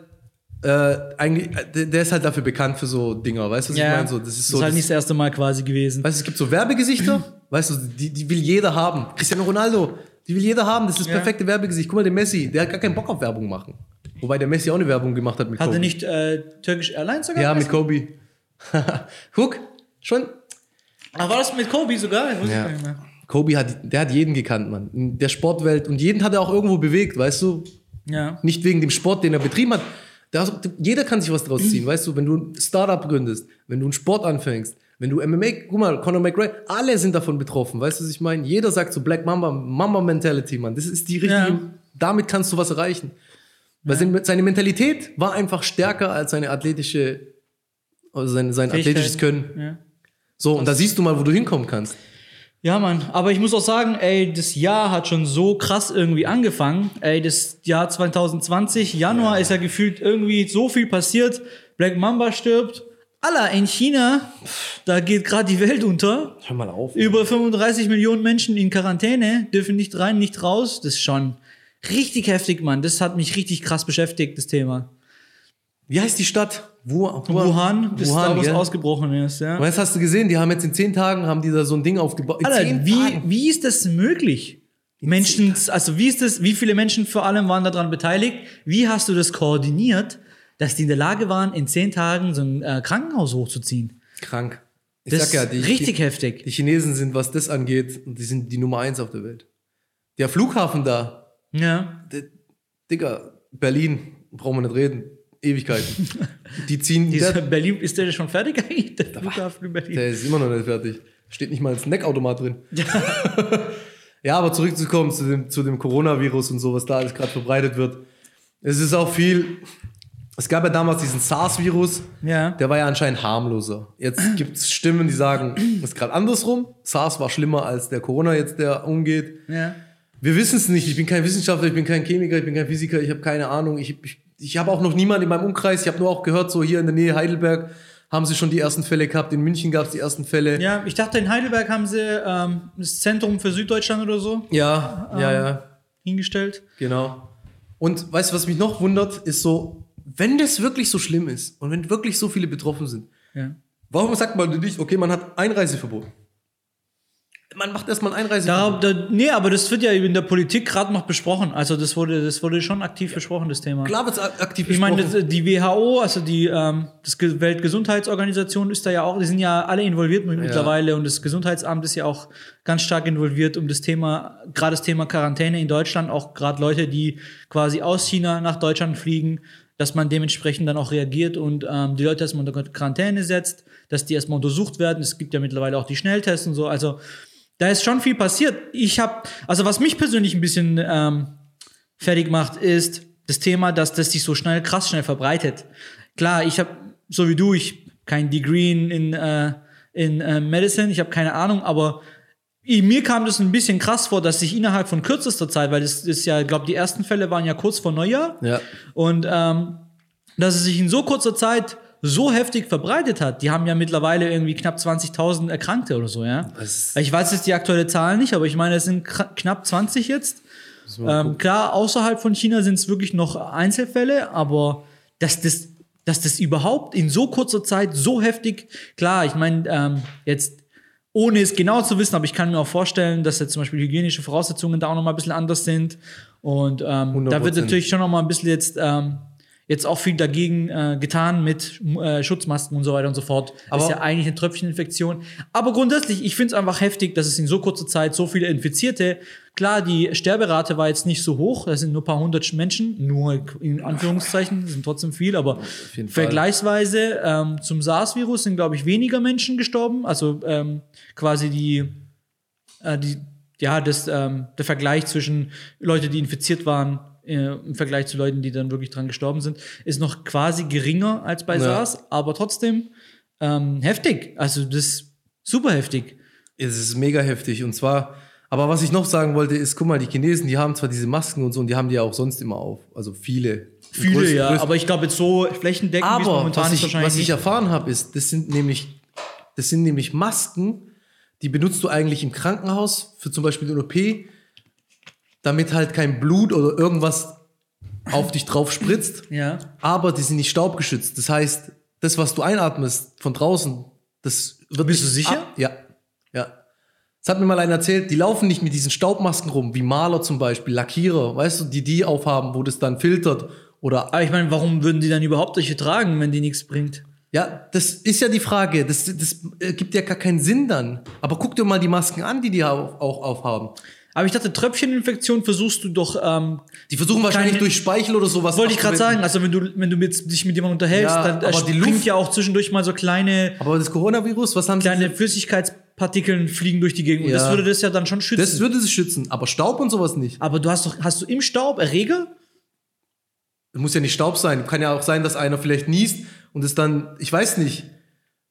B: äh, eigentlich, äh, der- der ist halt dafür bekannt für so Dinger, weißt du, was ich meine? So, das ist so,
A: halt
B: das-
A: nicht das erste Mal quasi gewesen.
B: Weißt du, es gibt so Werbegesichter, weißt du, die, die will jeder haben. Cristiano Ronaldo, die will jeder haben. Das ist das
A: Ja.
B: perfekte Werbegesicht. Guck mal, der Messi, der hat gar keinen Bock auf Werbung machen. Wobei der Messi auch eine Werbung gemacht hat mit
A: Hatte
B: Kobe.
A: nicht äh, Turkish Airlines sogar?
B: ja, mit Kobe. Guck, schon.
A: Ach, war das mit Kobe sogar? Ich wusste
B: Ja.
A: gar nicht mehr.
B: Kobe hat, der hat jeden gekannt, Mann. In der Sportwelt. Und jeden hat er auch irgendwo bewegt, weißt du?
A: Ja.
B: Nicht wegen dem Sport, den er betrieben hat. Da, jeder kann sich was draus
A: Mhm.
B: ziehen, weißt du? Wenn du ein Startup gründest, wenn du einen Sport anfängst, wenn du MMA, guck mal, Conor McGregor, alle sind davon betroffen, weißt du, was ich meine? Jeder sagt so Black Mamba, Mamba Mentality, Mann. Das ist die richtige,
A: Ja.
B: damit kannst du was erreichen. Weil seine- seine Mentalität war einfach stärker als seine athletische, also sein, sein
A: Fähigkeiten.
B: athletisches Können.
A: Ja.
B: So, und da siehst du mal, wo du hinkommen kannst.
A: Ja, Mann. Aber ich muss auch sagen, ey, das Jahr hat schon so krass irgendwie angefangen. Ey, das Jahr 2020, Januar ist ja gefühlt irgendwie so viel passiert. Black Mamba stirbt. Alla, in China, da geht gerade die Welt unter.
B: Hör mal auf.
A: Über 35 Millionen Menschen in Quarantäne, dürfen nicht rein, nicht raus. Das ist schon richtig heftig, Mann. Das hat mich richtig krass beschäftigt, das Thema.
B: Wie heißt die Stadt? Wu-
A: Wuhan, ist da, wo es
B: gell?
A: ausgebrochen ist, ja.
B: Und jetzt hast du gesehen, die haben jetzt in zehn Tagen haben die da so ein Ding aufgebaut. In
A: Alter,
B: zehn
A: wie,
B: Tagen.
A: wie ist das möglich? Menschen, also wie ist das, wie viele Menschen vor allem waren daran beteiligt? Wie hast du das koordiniert, dass die in der Lage waren, in zehn Tagen so ein äh, Krankenhaus hochzuziehen?
B: krank. Ich
A: Das
B: sag ja, die,
A: ist richtig
B: die,
A: heftig.
B: die Chinesen sind, was das angeht, die sind die Nummer eins auf der Welt. Der Flughafen da,
A: ja.
B: der, Digga, Berlin, brauchen wir nicht reden. Ewigkeiten. Die ziehen,
A: Dieser
B: der,
A: Berlin, ist der schon fertig eigentlich? Der Flughafen in Berlin.
B: der ist immer noch nicht fertig. Steht nicht mal ein Snackautomat drin. Ja, aber zurückzukommen zu dem, zu dem Coronavirus und so, was da alles gerade verbreitet wird. Es ist auch viel. Es gab ja damals diesen SARS-Virus.
A: Ja.
B: Der war ja anscheinend harmloser. Jetzt gibt es Stimmen, die sagen, es ist gerade andersrum. SARS war schlimmer als der Corona jetzt, der umgeht.
A: ja.
B: Wir wissen es nicht. Ich bin kein Wissenschaftler, ich bin kein Chemiker, ich bin kein Physiker, ich habe keine Ahnung. Ich, ich, ich habe auch noch niemanden in meinem Umkreis. Ich habe nur auch gehört, so hier in der Nähe Heidelberg haben sie schon die ersten Fälle gehabt. In München gab es die ersten Fälle.
A: ja, ich dachte, in Heidelberg haben sie ähm, das Zentrum für Süddeutschland oder so
B: ja, ja. ja.
A: hingestellt.
B: Genau. Und weißt du, was mich noch wundert, ist so, wenn das wirklich so schlimm ist und wenn wirklich so viele betroffen sind,
A: Ja.
B: warum sagt man denn nicht, okay, man hat Einreiseverbot? man macht erstmal ein Einreise.
A: Da, da, nee, aber das wird ja in der Politik gerade noch besprochen. Also das wurde, das wurde schon aktiv besprochen, das Thema.
B: Klar wird es aktiv
A: Ich meine,
B: besprochen.
A: das- die WHO, also die ähm, das Ge- Weltgesundheitsorganisation ist da ja auch, die sind ja alle involviert mit- mittlerweile und das Gesundheitsamt ist ja auch ganz stark involviert um das Thema, gerade das Thema Quarantäne in Deutschland, auch gerade Leute, die quasi aus China nach Deutschland fliegen, dass man dementsprechend dann auch reagiert und ähm, die Leute erstmal unter Quarantäne setzt, dass die erstmal untersucht werden. Es gibt ja mittlerweile auch die Schnelltests und so. Also da ist schon viel passiert. Ich habe, also was mich persönlich ein bisschen ähm, fertig macht, ist das Thema, dass das sich so schnell, krass schnell verbreitet. Klar, ich habe, so wie du, ich kein Degree in, in, äh, in äh, Medicine, ich habe keine Ahnung, aber i- mir kam das ein bisschen krass vor, dass sich innerhalb von kürzester Zeit, weil das ist ja, ich glaube, die ersten Fälle waren ja kurz vor Neujahr.
B: Ja.
A: Und ähm, dass es sich in so kurzer Zeit so heftig verbreitet hat. Die haben ja mittlerweile irgendwie knapp 20.000 Erkrankte oder so, ja.
B: Das-
A: Ich weiß jetzt die aktuelle Zahl nicht, aber ich meine, es sind kra- knapp 20 jetzt. Ähm, klar, außerhalb von China sind es wirklich noch Einzelfälle, aber dass das, dass das überhaupt in so kurzer Zeit so heftig, klar, ich meine, ähm, jetzt ohne es genau zu wissen, aber ich kann mir auch vorstellen, dass jetzt zum Beispiel hygienische Voraussetzungen da auch nochmal ein bisschen anders sind. Und ähm, da wird
B: 100%.
A: natürlich schon nochmal ein bisschen jetzt, ähm, jetzt auch viel dagegen äh, getan mit äh, Schutzmasken und so weiter und so fort.
B: Aber-
A: ist ja eigentlich eine Tröpfcheninfektion. Aber grundsätzlich, ich finde es einfach heftig, dass es in so kurzer Zeit so viele Infizierte. Klar, die Sterberate war jetzt nicht so hoch, das sind nur ein paar hundert Menschen, nur in Anführungszeichen, das sind trotzdem viel, aber
B: jeden Fall.
A: vergleichsweise ähm, zum SARS-Virus sind, glaube ich, weniger Menschen gestorben. Also ähm, quasi die, äh, die ja, das, ähm, der Vergleich zwischen Leute, die infiziert waren, äh, im Vergleich zu Leuten, die dann wirklich dran gestorben sind, ist noch quasi geringer als bei
B: Ja.
A: SARS, aber trotzdem ähm, heftig. Also das ist super heftig.
B: Es ist mega heftig. Und zwar, aber was ich noch sagen wollte, ist, guck mal, die Chinesen, die haben zwar diese Masken und so, und die haben die ja auch sonst immer auf. Also viele.
A: Viele,
B: Größ-
A: ja,
B: größ-
A: aber ich glaube jetzt so flächendeckend wie es
B: aber
A: momentan
B: was
A: ist
B: ich,
A: wahrscheinlich
B: was ich
A: nicht.
B: erfahren habe, ist, das sind nämlich, das sind nämlich Masken, die benutzt du eigentlich im Krankenhaus für zum Beispiel eine OP, damit halt kein Blut oder irgendwas auf dich drauf spritzt.
A: ja.
B: aber die sind nicht staubgeschützt. Das heißt, das, was du einatmest von draußen, das wird.
A: Bist
B: nicht
A: du sicher?
B: ab- Ja. Ja. Das hat mir mal einer erzählt, die laufen nicht mit diesen Staubmasken rum, wie Maler zum Beispiel, Lackierer, weißt du, die die aufhaben, wo das dann filtert. Oder,
A: Aber ich meine, warum würden die dann überhaupt solche tragen, wenn die nichts bringt?
B: ja, das ist ja die Frage. Das, das äh, gibt ja gar keinen Sinn dann. Aber guck dir mal die Masken an, die die auch, auch aufhaben.
A: Aber ich dachte, Tröpfcheninfektion versuchst du doch ähm,
B: Die versuchen wahrscheinlich
A: Keine-
B: durch Speichel oder sowas.
A: Wollte ich gerade
B: abzuwenden.
A: sagen, also wenn du, wenn du jetzt dich mit jemandem unterhältst,
B: Ja,
A: dann äh,
B: aber die
A: springt
B: Luft-
A: ja auch zwischendurch mal so kleine,
B: Aber das Coronavirus, was haben sie?
A: kleine Flüssigkeitspartikeln fliegen durch die Gegend. Und das
B: Ja.
A: würde das ja dann schon schützen.
B: Das würde es schützen, aber Staub und sowas nicht.
A: aber du hast doch, hast du im Staub Erreger?
B: Es muss ja nicht Staub sein. Kann ja auch sein, dass einer vielleicht niest und es dann, ich weiß nicht,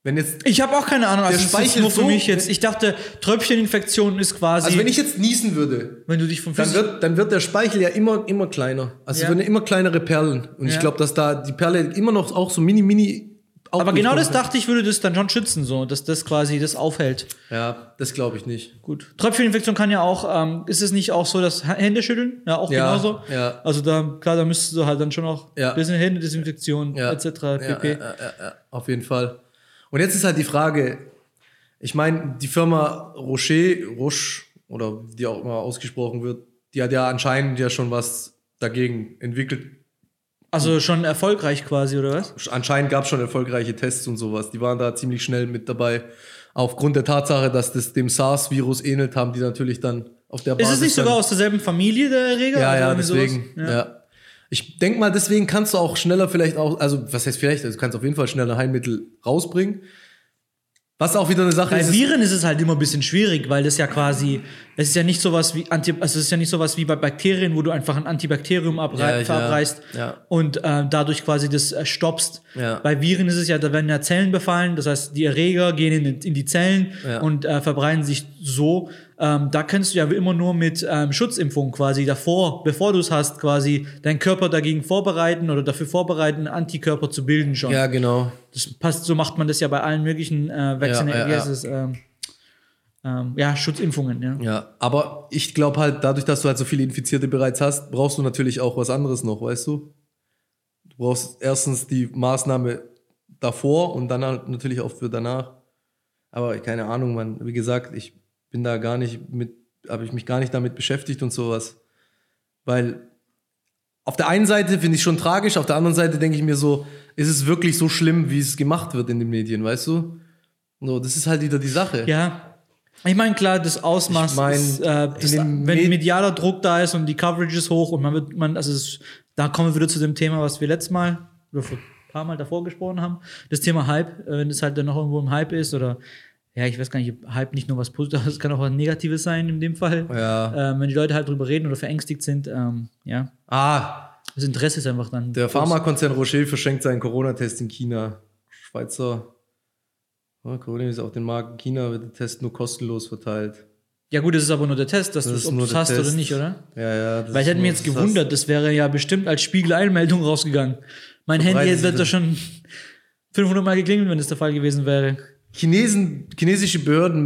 B: wenn jetzt,
A: Ich habe auch keine Ahnung. Also das ist
B: speichelt
A: nur für
B: so-
A: mich jetzt. Ich dachte, Tröpfcheninfektion ist quasi,
B: also wenn
A: wenn,
B: ich jetzt niesen würde,
A: du dich von
B: dann
A: Flüssigkeit.
B: wird, dann wird der Speichel ja immer, immer kleiner. Also
A: Ja.
B: es werden immer kleinere Perlen. Und
A: Ja.
B: ich glaube, dass da die Perle immer noch auch so mini, mini. auch
A: Aber genau das
B: durchkommt.
A: dachte ich, würde das dann schon schützen, so, dass das quasi das aufhält.
B: Ja, das glaube ich nicht.
A: Gut. Tröpfcheninfektion kann ja auch, ähm, ist es nicht auch so, dass H- Hände schütteln? Ja, auch
B: Ja,
A: genauso.
B: ja.
A: Also da, klar, da müsstest du halt dann schon auch
B: Ja.
A: ein bisschen Händedesinfektion
B: Ja.
A: etc.
B: Ja,
A: pp.
B: ja, ja, ja, ja, auf jeden Fall. Und jetzt ist halt die Frage, ich meine, die Firma Rocher, Roche oder wie die auch immer ausgesprochen wird, die hat ja anscheinend ja schon was dagegen entwickelt,
A: Also schon erfolgreich quasi, oder was?
B: anscheinend gab es schon erfolgreiche Tests und sowas. Die waren da ziemlich schnell mit dabei. Aufgrund der Tatsache, dass das dem SARS-Virus ähnelt, haben die natürlich dann auf der
A: Ist
B: Basis.
A: es nicht
B: dann-
A: sogar aus derselben Familie der Erreger?
B: Ja,
A: Also
B: ja,
A: irgendwie sowas?
B: deswegen. Ja. Ich denke mal, deswegen kannst du auch schneller vielleicht auch, also was heißt vielleicht, also du kannst auf jeden Fall schneller Heilmittel rausbringen. Was auch wieder eine Sache
A: Bei
B: ist.
A: Viren ist es halt immer ein bisschen schwierig, weil das ja quasi, es ist ja nicht sowas wie Anti, also es ist ja nicht sowas wie bei Bakterien, wo du einfach ein Antibakterium abrei-
B: Ja, ja,
A: verabreißt
B: ja.
A: und äh, dadurch quasi das äh, stoppst.
B: Ja.
A: Bei Viren ist es ja, da werden ja Zellen befallen, das heißt, die Erreger gehen in, in die Zellen
B: Ja.
A: und äh, verbreiten sich so. Ähm, da kannst du ja immer nur mit ähm, Schutzimpfung quasi davor, bevor du es hast, quasi deinen Körper dagegen vorbereiten oder dafür vorbereiten, Antikörper zu bilden schon.
B: ja, genau.
A: Das passt, so macht man das ja bei allen möglichen äh, Vaccine,
B: Ja, ja,
A: wie heißt
B: ja.
A: es, ähm, ähm, ja, Schutzimpfungen, ja.
B: Ja, aber ich glaube halt, dadurch, dass du halt so viele Infizierte bereits hast, brauchst du natürlich auch was anderes noch, weißt du? Du brauchst erstens die Maßnahme davor und dann halt natürlich auch für danach. Aber keine Ahnung, man, wie gesagt, ich bin bin da gar nicht mit, habe ich mich gar nicht damit beschäftigt und sowas. Weil auf der einen Seite finde ich schon tragisch, auf der anderen Seite denke ich mir so, ist es wirklich so schlimm, wie es gemacht wird in den Medien, weißt du? So, das ist halt wieder die Sache.
A: Ja. Ich meine, klar, das Ausmaß,
B: Ich mein,
A: ist, äh,
B: in
A: das,
B: den
A: wenn
B: Med-
A: medialer Druck da ist und die Coverage ist hoch und man wird, man, also es, da kommen wir wieder zu dem Thema, was wir letztes Mal oder vor ein paar Mal davor gesprochen haben, das Thema Hype, äh, wenn es halt dann noch irgendwo im Hype ist oder ja, ich weiß gar nicht, ob Hype nicht nur was Positives, es kann auch was Negatives sein in dem Fall.
B: Ja.
A: Ähm, wenn die Leute halt drüber reden oder verängstigt sind, ähm, ja,
B: Ah,
A: das Interesse ist einfach dann.
B: der
A: groß.
B: Pharmakonzern Rocher verschenkt seinen Corona-Test in China. Schweizer oh, Corona ist auf den Markt. In China wird der Test nur kostenlos verteilt.
A: Ja gut, das ist aber nur der Test, dass du es, ob du es
B: der
A: hast oder
B: Test.
A: nicht, oder?
B: Ja, ja. das
A: Weil ich
B: ist
A: hätte
B: nur-
A: mich jetzt
B: das
A: gewundert, das wäre ja bestimmt als Spiegel-Einmeldung rausgegangen. Mein Handy
B: Verbreitet
A: jetzt wird
B: sich
A: da
B: das.
A: schon 500 Mal geklingelt, wenn das der Fall gewesen wäre.
B: Chinesen, chinesische Behörden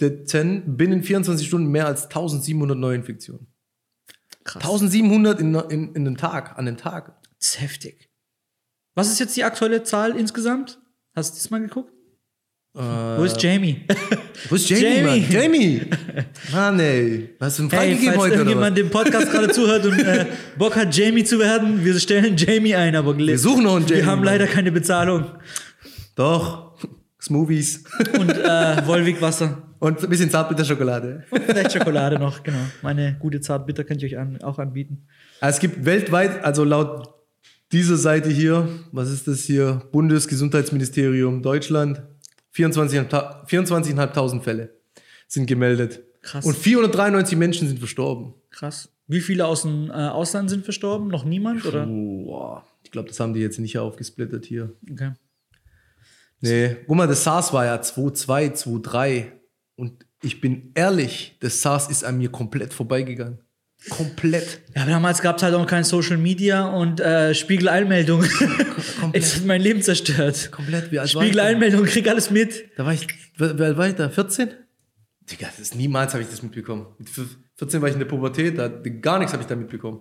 B: meldeten binnen 24 Stunden mehr als 1700 Neuinfektionen.
A: Krass.
B: 1700 in, in, in den Tag, an den Tag.
A: Das ist heftig. Was ist jetzt die aktuelle Zahl insgesamt? Hast du das mal geguckt? Wo ist Jamie?
B: Äh, Wo ist Jamie,
A: Jamie.
B: Mann? Jamie! Mann, ey. Was für ein
A: Hey, falls
B: Frank gegeben heute, oder was?
A: irgendjemand dem Podcast gerade zuhört und äh, Bock hat, Jamie zu werden, wir stellen Jamie ein, aber
B: Wir suchen noch einen Jamie.
A: wir haben leider keine Bezahlung.
B: Doch. Smoothies.
A: Und äh, Wolwig-Wasser.
B: Und ein bisschen Zartbitterschokolade.
A: Vielleicht Schokolade noch, genau. Meine gute Zartbitter könnt ihr euch an, auch anbieten.
B: Es gibt weltweit, also laut dieser Seite hier, was ist das hier? Bundesgesundheitsministerium Deutschland, 24.500 24.500 Fälle sind gemeldet.
A: Krass.
B: Und 493 Menschen sind verstorben.
A: Krass. Wie viele aus dem äh, Ausland sind verstorben? Noch niemand? Oder?
B: Boah. Ich glaube, das haben die jetzt nicht aufgesplittert hier.
A: Okay.
B: Nee. Guck mal, das SARS war ja 2,2, 2,3. Und ich bin ehrlich, das SARS ist an mir komplett vorbeigegangen. Komplett.
A: Ja, aber damals gab es halt auch noch kein Social Media und äh, Spiegel-Einmeldung. Es hat mein Leben zerstört.
B: Komplett. Wie alt also war ich da?
A: Spiegel-Einmeldung, krieg alles mit.
B: Da war ich, wie alt war ich da? 14? Digga, das ist, niemals habe ich das mitbekommen. Mit vier- 14 war ich in der Pubertät, da, gar nichts habe ich da mitbekommen.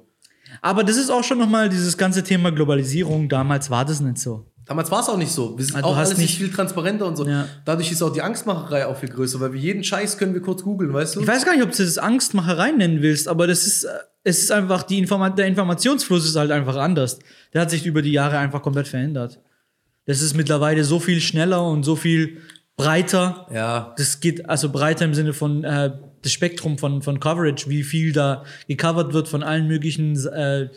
A: Aber das ist auch schon nochmal dieses ganze Thema Globalisierung. Damals war das nicht so.
B: Damals war es auch nicht so. Wir sind
A: Ah, du
B: auch
A: hast
B: alles nicht
A: nicht-
B: viel transparenter und so.
A: Ja.
B: Dadurch ist auch die Angstmacherei auch viel größer, weil wir jeden Scheiß können wir kurz googeln, weißt du?
A: Ich weiß gar nicht, ob du das Angstmacherei nennen willst, aber das ist, äh, es ist einfach, die Informa der Informationsfluss ist halt einfach anders. Der hat sich über die Jahre einfach komplett verändert. Das ist mittlerweile so viel schneller und so viel breiter.
B: ja,
A: das geht also breiter im Sinne von äh, das Spektrum von, von Coverage, wie viel da gecovert wird von allen möglichen, äh,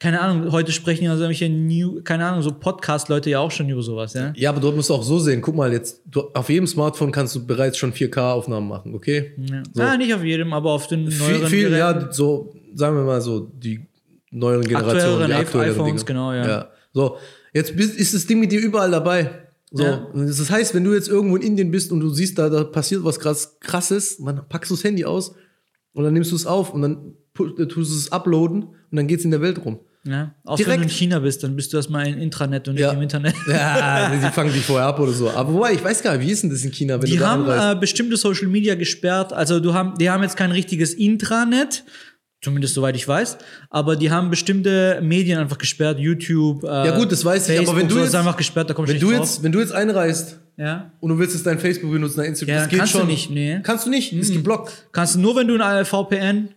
A: keine Ahnung, heute sprechen ja solche New, keine Ahnung, so Podcast-Leute ja auch schon über sowas, ja.
B: Ja, aber dort musst du auch so sehen. Guck mal, jetzt du, auf jedem Smartphone kannst du bereits schon 4K-Aufnahmen machen, okay?
A: ja.
B: So.
A: Ah, nicht auf jedem, aber auf den neueren
B: viel, viel
A: Geräten.
B: ja, so, sagen wir mal so, die neueren Generationen,
A: Aktuelleren
B: die
A: iPh-
B: aktuelleren
A: iPhones,
B: Dinge.
A: genau, ja.
B: So, jetzt bist, ist das Ding mit dir überall dabei. So,
A: Ja.
B: das heißt, wenn du jetzt irgendwo in Indien bist und du siehst, da, da passiert was krass, krasses, dann packst du das Handy aus und dann nimmst du es auf und dann pu- äh, tust du es uploaden und dann geht's in der Welt rum.
A: ja. Auch Ne? wenn
B: Direkt.
A: du in China bist, dann bist du erstmal im Intranet und nicht
B: Ja.
A: im Internet.
B: Ja, die fangen dich vorher ab oder so. Aber wobei, ich weiß gar nicht, wie ist denn das in China, wenn du
A: Die
B: da
A: haben
B: anreist?
A: äh, bestimmte Social Media gesperrt. Also du haben, die haben jetzt kein richtiges Intranet, zumindest soweit ich weiß, aber die haben bestimmte Medien einfach gesperrt, YouTube. Äh,
B: Ja, gut, das weiß ich, aber
A: Facebook,
B: wenn du
A: sowas
B: jetzt-
A: einfach gesperrt, da kommst
B: wenn
A: du
B: du
A: nicht
B: jetzt, wenn du jetzt einreist
A: drauf. Ja.
B: und du willst jetzt dein Facebook benutzen, dein Instagram,
A: Ja,
B: das geht
A: kannst du
B: schon.
A: nicht, nee. Mhm.
B: Kannst du nicht, ist geblockt.
A: Kannst du nur, wenn du ein VPN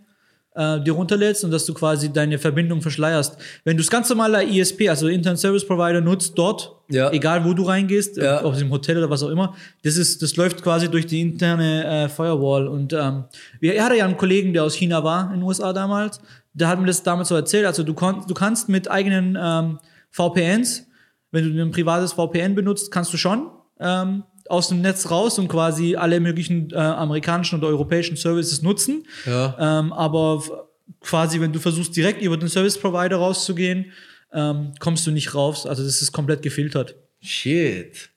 A: äh, dir runterlädst und dass du quasi deine Verbindung verschleierst. Wenn du es ganz normaler ISP, also Internet Service Provider, nutzt dort,
B: Ja.
A: egal wo du reingehst, äh,
B: Ja.
A: ob es im Hotel oder was auch immer, das ist, das läuft quasi durch die interne äh, Firewall. Und ähm, wir ich hatte ja einen Kollegen, der aus China war, in den USA damals, der hat mir das damals so erzählt. Also du, kon du kannst mit eigenen ähm, VPNs, wenn du ein privates VPN benutzt, kannst du schon ähm, aus dem Netz raus und quasi alle möglichen äh, amerikanischen oder europäischen Services nutzen.
B: Ja.
A: Ähm, aber f- quasi, wenn du versuchst, direkt über den Service Provider rauszugehen, ähm, kommst du nicht raus. Also das ist komplett gefiltert.
B: Shit.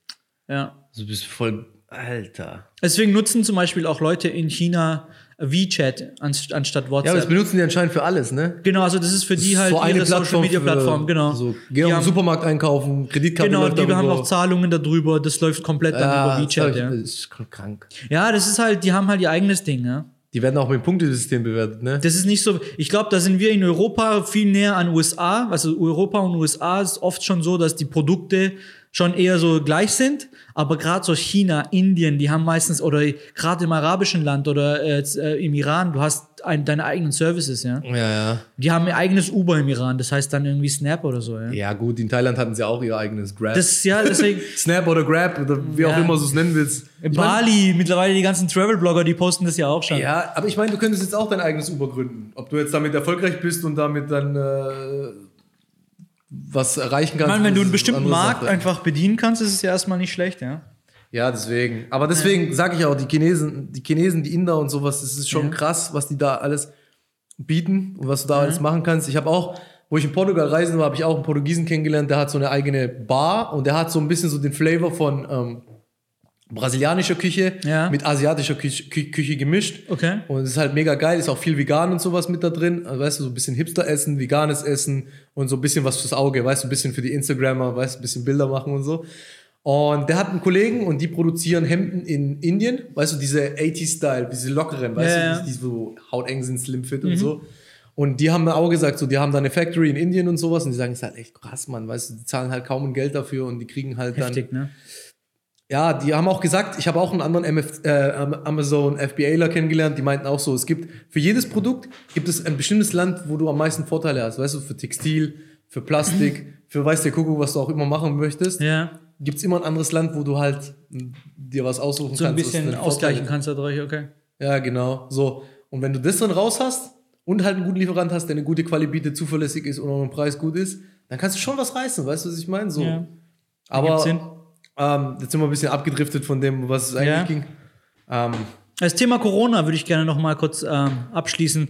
A: Ja.
B: Du bist voll. Alter.
A: Deswegen nutzen zum Beispiel auch Leute in China WeChat anst anstatt
B: Ja, aber das
A: WhatsApp.
B: benutzen die anscheinend für alles, ne?
A: genau, also das ist für die halt ihre Social Media
B: für-
A: Plattform, genau.
B: So,
A: die
B: geh auf den
A: haben,
B: Supermarkt einkaufen, Kreditkarte.
A: genau,
B: läuft
A: die haben
B: darüber.
A: auch Zahlungen darüber, das läuft komplett
B: Ja,
A: dann über
B: das hab
A: WeChat,
B: ich-
A: ja.
B: Das ist kr- krank.
A: Ja, das ist halt, die haben halt ihr eigenes Ding, ja.
B: Die werden auch mit dem Punktesystem bewertet, ne?
A: Das ist nicht so. Ich glaube, da sind wir in Europa viel näher an USA. Also Europa und USA ist oft schon so, dass die Produkte schon eher so gleich sind, aber gerade so China, Indien, die haben meistens, oder gerade im arabischen Land oder äh, im Iran, du hast ein, deine eigenen Services, ja.
B: Ja, ja.
A: Die haben ihr eigenes Uber im Iran, das heißt dann irgendwie Snap oder so, ja.
B: Ja, gut, in Thailand hatten sie auch ihr eigenes Grab.
A: Das ist ja, deswegen,
B: Snap oder Grab oder wie auch
A: Ja.
B: immer du es nennen willst. Ich mein,
A: Bali, mittlerweile die ganzen Travel-Blogger, die posten das ja auch schon.
B: Ja, aber ich meine, du könntest jetzt auch dein eigenes Uber gründen. Ob du jetzt damit erfolgreich bist und damit dann äh, was erreichen
A: Ich
B: kannst.
A: meine, wenn du
B: das
A: einen
B: ist
A: bestimmten
B: eine andere
A: Markt
B: Sache.
A: einfach bedienen kannst, ist es ja erstmal nicht schlecht, ja.
B: Ja, deswegen. Aber deswegen sage ich auch, die Chinesen, die Chinesen, die Inder und sowas, es ist schon
A: Ja.
B: krass, was die da alles bieten und was du da alles machen kannst. Ich habe auch, wo ich in Portugal reisen war, habe ich auch einen Portugiesen kennengelernt, der hat so eine eigene Bar und der hat so ein bisschen so den Flavor von ähm, brasilianischer Küche
A: Ja.
B: mit asiatischer Küche, Kü Küche gemischt.
A: Okay.
B: Und es ist halt mega geil, ist auch viel vegan und sowas mit da drin. Also, weißt du, so ein bisschen Hipster-Essen, veganes Essen und so ein bisschen was fürs Auge, weißt du, ein bisschen für die Instagrammer, weißt du, ein bisschen Bilder machen und so. Und der hat einen Kollegen und die produzieren Hemden in Indien, weißt du, diese 80-Style, diese lockeren, weißt
A: Ja,
B: du,
A: ja. Mhm.
B: die, die so hauteng sind, slim fit und so. Und die haben mir auch gesagt, so, die haben da eine Factory in Indien und sowas und die sagen, ist halt echt krass, Mann, weißt du, die zahlen halt kaum ein Geld dafür und die kriegen halt dann
A: Heftig, ne?
B: ja, die haben auch gesagt, ich habe auch einen anderen MF, äh, Am- Amazon FBAler kennengelernt, die meinten auch so, es gibt für jedes Produkt gibt es ein bestimmtes Land, wo du am meisten Vorteile hast, weißt du, für Textil, für Plastik, für weiß der Kuckuck, was du auch immer machen möchtest, gibt's
A: Ja.
B: gibt es immer ein anderes Land, wo du halt mh, dir was aussuchen
A: So ein
B: kannst. was
A: bisschen
B: deine
A: ausgleichen
B: Vorteile-
A: kannst dadurch, okay.
B: Ja, genau, so. Und wenn du das dann raus hast und halt einen guten Lieferant hast, der eine gute Qualität bietet, zuverlässig ist und auch im Preis gut ist, dann kannst du schon was reißen, weißt du, was ich meine? So.
A: Ja.
B: Aber
A: Gibt's Sinn.
B: ähm, jetzt sind wir ein bisschen abgedriftet von dem, was es eigentlich
A: Ja.
B: ging. Ähm,
A: Das Thema Corona würde ich gerne noch mal kurz ähm, abschließen.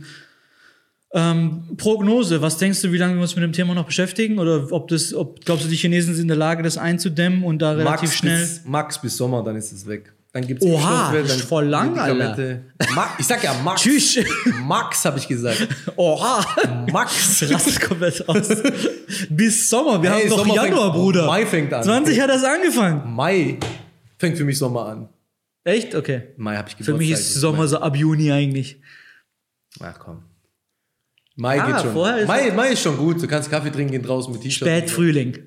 A: Ähm, Prognose, was denkst du, wie lange wir uns mit dem Thema noch beschäftigen? Oder ob das, ob, glaubst du, die Chinesen sind in der Lage, das einzudämmen und da relativ
B: Max,
A: schnell.
B: Bis, Max bis Sommer, dann ist es weg. Dann gibt's
A: Oha,
B: Impfstoffe,
A: das
B: dann
A: ist voll lang,
B: Medikamente. Ma ich sag ja Max.
A: Tschüss.
B: Max habe ich gesagt.
A: Oha!
B: Max.
A: Rass es komplett aus. Bis Sommer, wir
B: Hey,
A: haben noch
B: Sommer fängt-
A: Januar, Bruder.
B: Mai fängt an.
A: 20 hat das angefangen.
B: Mai fängt für mich Sommer an.
A: Echt? Okay.
B: Mai habe ich Geburtstag.
A: Für mich ist Sommer so ab Juni eigentlich.
B: Ach komm. Mai
A: Ah,
B: geht schon.
A: vorher ist-
B: Mai, Mai ist schon gut. Du kannst Kaffee trinken, gehen draußen mit T-Shirt.
A: Spätfrühling.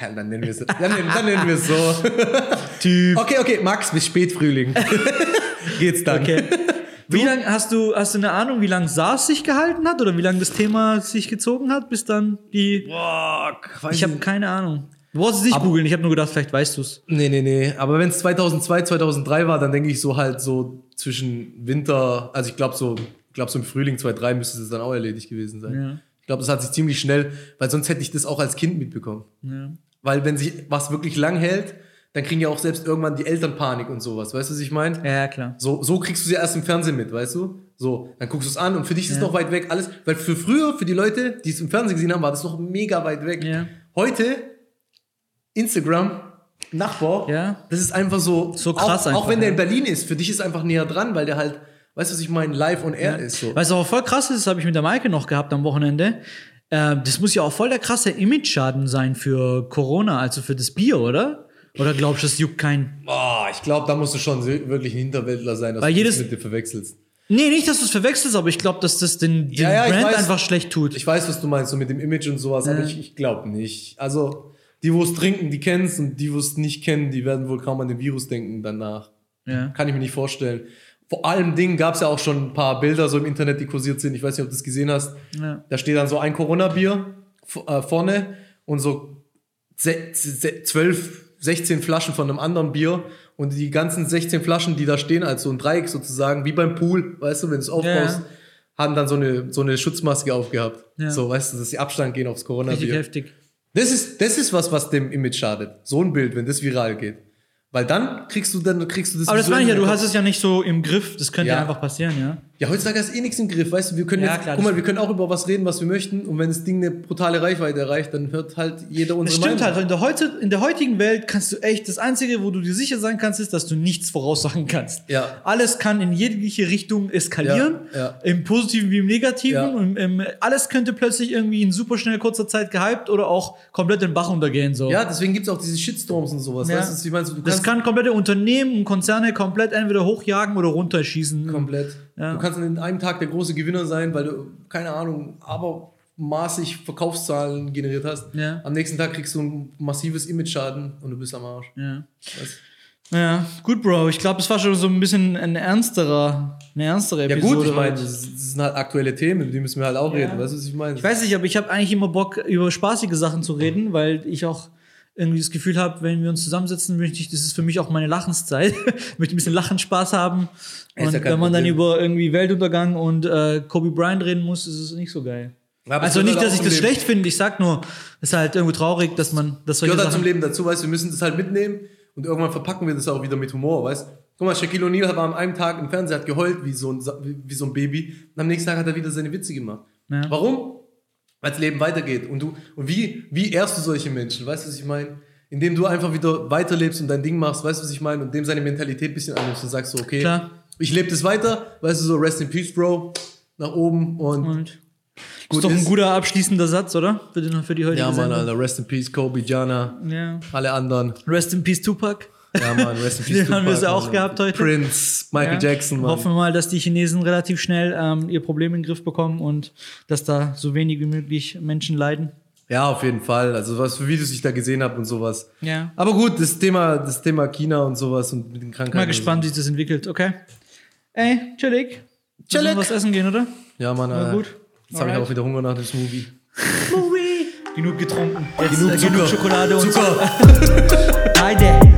B: Ja, Dann nennen wir es dann nennen, dann nennen wir's so.
A: Typ.
B: Okay, okay, Max bis Spätfrühling. Geht's dann.
A: Okay. Wie lange hast du, hast du eine Ahnung, wie lange SARS sich gehalten hat oder wie lange das Thema sich gezogen hat, bis dann die.
B: Boah, weiß
A: Ich habe keine Ahnung. Du brauchst es nicht googeln, ich habe nur gedacht, vielleicht weißt du es.
B: Nee, nee, nee. Aber wenn es 2002, 2003 war, dann denke ich so halt so zwischen Winter, also ich glaube so, ich glaube so im Frühling 2003 müsste es dann auch erledigt gewesen sein.
A: Ja.
B: Ich glaube, das hat sich ziemlich schnell, weil sonst hätte ich das auch als Kind mitbekommen.
A: Ja.
B: Weil wenn sich was wirklich lang hält, dann kriegen ja auch selbst irgendwann die Eltern Panik und sowas. Weißt du, was ich meine?
A: ja, klar.
B: So, so kriegst du sie erst im Fernsehen mit, weißt du? So, dann guckst du es an und für dich ist es noch weit weg alles. Weil für früher, für die Leute, die es im Fernsehen gesehen haben, war das noch mega weit weg.
A: Ja.
B: Heute, Instagram, Nachbar,
A: Ja.
B: das ist einfach so.
A: So krass
B: auch,
A: einfach,
B: Auch wenn
A: ja.
B: der in Berlin ist, für dich ist einfach näher dran, weil der halt, weißt du, was ich meine, live on air ist. So.
A: Weißt du, was auch voll krass ist, das habe ich mit der Maike noch gehabt am Wochenende. Äh, das muss ja auch voll der krasse Image-Schaden sein für Corona, also für das Bier, oder? Oder glaubst du, das juckt keinen?
B: Boah, Ah, ich glaube, da musst du schon se- wirklich ein Hinterwäldler sein, dass
A: Weil
B: du
A: jedes-
B: das mit dir verwechselst.
A: Nee, nicht, dass du es verwechselst, aber ich glaube, dass das den, den
B: Ja, ja, ich
A: Brand
B: weiß.
A: einfach schlecht tut.
B: Ich weiß, was du meinst, so mit dem Image und sowas, aber ich, ich glaube nicht. Also, die, wo es trinken, die kennen es und die, wo es nicht kennen, die werden wohl kaum an den Virus denken danach.
A: ja.
B: Kann ich mir nicht vorstellen. Vor allem Dingen gab es ja auch schon ein paar Bilder so im Internet, die kursiert sind. Ich weiß nicht, ob du das gesehen hast.
A: Ja.
B: Da steht dann so ein Corona-Bier v- äh, vorne und so se- se- zwölf, 16 Flaschen von einem anderen Bier. Und die ganzen 16 Flaschen, die da stehen, als so ein Dreieck sozusagen, wie beim Pool, weißt du, wenn du es aufbaust,
A: Ja.
B: haben dann so eine, so eine Schutzmaske aufgehabt.
A: Ja.
B: So, weißt du, dass sie Abstand gehen aufs
A: Richtig
B: Corona-Bier.
A: heftig.
B: Das ist, das ist was, was dem Image schadet. So ein Bild, wenn das viral geht. Weil dann kriegst du, dann kriegst du das.
A: Aber das meine ich ja, du
B: visuell-
A: hast es ja nicht so im Griff, das könnte ja,
B: Ja.
A: einfach passieren, ja.
B: Ja, heutzutage ist eh nichts im Griff, weißt du, wir können
A: Ja,
B: jetzt,
A: klar,
B: guck
A: das-
B: mal, wir können auch über was reden, was wir möchten und wenn das Ding eine brutale Reichweite erreicht, dann hört halt jeder
A: Das
B: unsere
A: stimmt
B: Meinung.
A: halt, in der, heute, in der heutigen Welt kannst du echt, das Einzige, wo du dir sicher sein kannst, ist, dass du nichts voraussagen kannst.
B: Ja.
A: Alles kann in jegliche Richtung eskalieren,
B: Ja, ja.
A: im Positiven wie im Negativen.
B: Ja.
A: Und im, alles könnte plötzlich irgendwie in super schnell kurzer Zeit gehypt oder auch komplett in den Bach untergehen. So.
B: Ja, deswegen gibt's auch diese Shitstorms und sowas,
A: Ja.
B: weißt du, wie meinst du, du
A: das
B: kannst
A: kann komplette Unternehmen und Konzerne komplett entweder hochjagen oder runterschießen.
B: komplett,
A: Ja.
B: du kannst an einem Tag der große Gewinner sein, weil du, keine Ahnung, aber maßig Verkaufszahlen generiert hast.
A: Ja.
B: Am nächsten Tag kriegst du ein massives Image-Schaden und du bist am Arsch.
A: Ja.
B: Weißt?
A: Ja, gut, Bro. Ich glaube, es war schon so ein bisschen ein ernsterer, eine ernstere
B: Ja
A: Episode.
B: gut, ich meine,
A: heute.
B: das das sind halt aktuelle Themen, über die müssen wir halt auch
A: Ja.
B: reden. Weißt du, was ich meine?
A: Ich weiß nicht, aber ich habe eigentlich immer Bock, über spaßige Sachen zu reden, weil ich auch irgendwie das Gefühl habe, wenn wir uns zusammensetzen, möchte ich, das ist für mich auch meine Lachenszeit. ich möchte ein bisschen Lachen, Spaß haben.
B: Ja, ist
A: Und
B: ja kein
A: wenn man dann
B: Problem.
A: über irgendwie Weltuntergang und äh, Kobe Bryant reden muss, ist es nicht so geil.
B: Ja, aber es
A: also
B: gehört
A: nicht,
B: halt
A: dass
B: auch
A: ich
B: zum
A: das
B: Leben.
A: schlecht finde, ich sag nur, es ist halt irgendwo traurig, dass man das solche
B: gehört halt zum
A: Sachen...
B: Leben dazu, weißt du, wir müssen das halt mitnehmen und irgendwann verpacken wir das auch wieder mit Humor, weißt du? Guck mal, Shaquille O'Neal war an einem Tag im Fernsehen, hat geheult wie so, ein, Sa- wie wie so ein Baby und am nächsten Tag hat er wieder seine Witze gemacht.
A: Ja.
B: Warum? Weil das Leben weitergeht und du, und wie, wie ehrst du solche Menschen, weißt du, was ich meine? Indem du einfach wieder weiterlebst und dein Ding machst, weißt du, was ich meine? Und dem seine Mentalität ein bisschen annimmst und sagst so, okay,
A: Klar.
B: ich lebe das weiter, weißt du, so Rest in Peace, Bro, nach oben
A: Und
B: und gut
A: halt. ist doch ein guter abschließender Satz, oder? Für, den, für die heutige
B: Ja, Mann,
A: Sendung.
B: Alter, Rest in Peace, Kobe, Jana,
A: Ja.
B: alle anderen.
A: Rest in Peace Tupac.
B: Ja, Mann, Rest in Peace.
A: Den haben wir
B: Tupac,
A: es ja auch
B: Mann.
A: gehabt heute.
B: Prince, Michael
A: Ja.
B: Jackson, Mann.
A: Hoffen wir mal, dass die Chinesen relativ schnell ähm, ihr Problem in den Griff bekommen und dass da so wenig wie möglich Menschen leiden.
B: Ja, auf jeden Fall. Also was für Videos ich da gesehen habe und sowas.
A: Ja.
B: Aber gut, das Thema, das Thema China und sowas und mit den Krankheiten.
A: Mal gespannt, wie sich das entwickelt, okay? Ey, chillig. Lass
B: Chillig.
A: uns was essen gehen, oder?
B: Ja, Mann,
A: Na
B: Alter.
A: gut.
B: Jetzt habe Äh, ich
A: Alright.
B: auch wieder Hunger nach dem Smoothie.
A: Genug getrunken. Jetzt,
B: Genug
A: genug, äh, genug
B: Zucker.
A: Schokolade und
B: Zucker.
A: Zucker. Hi there.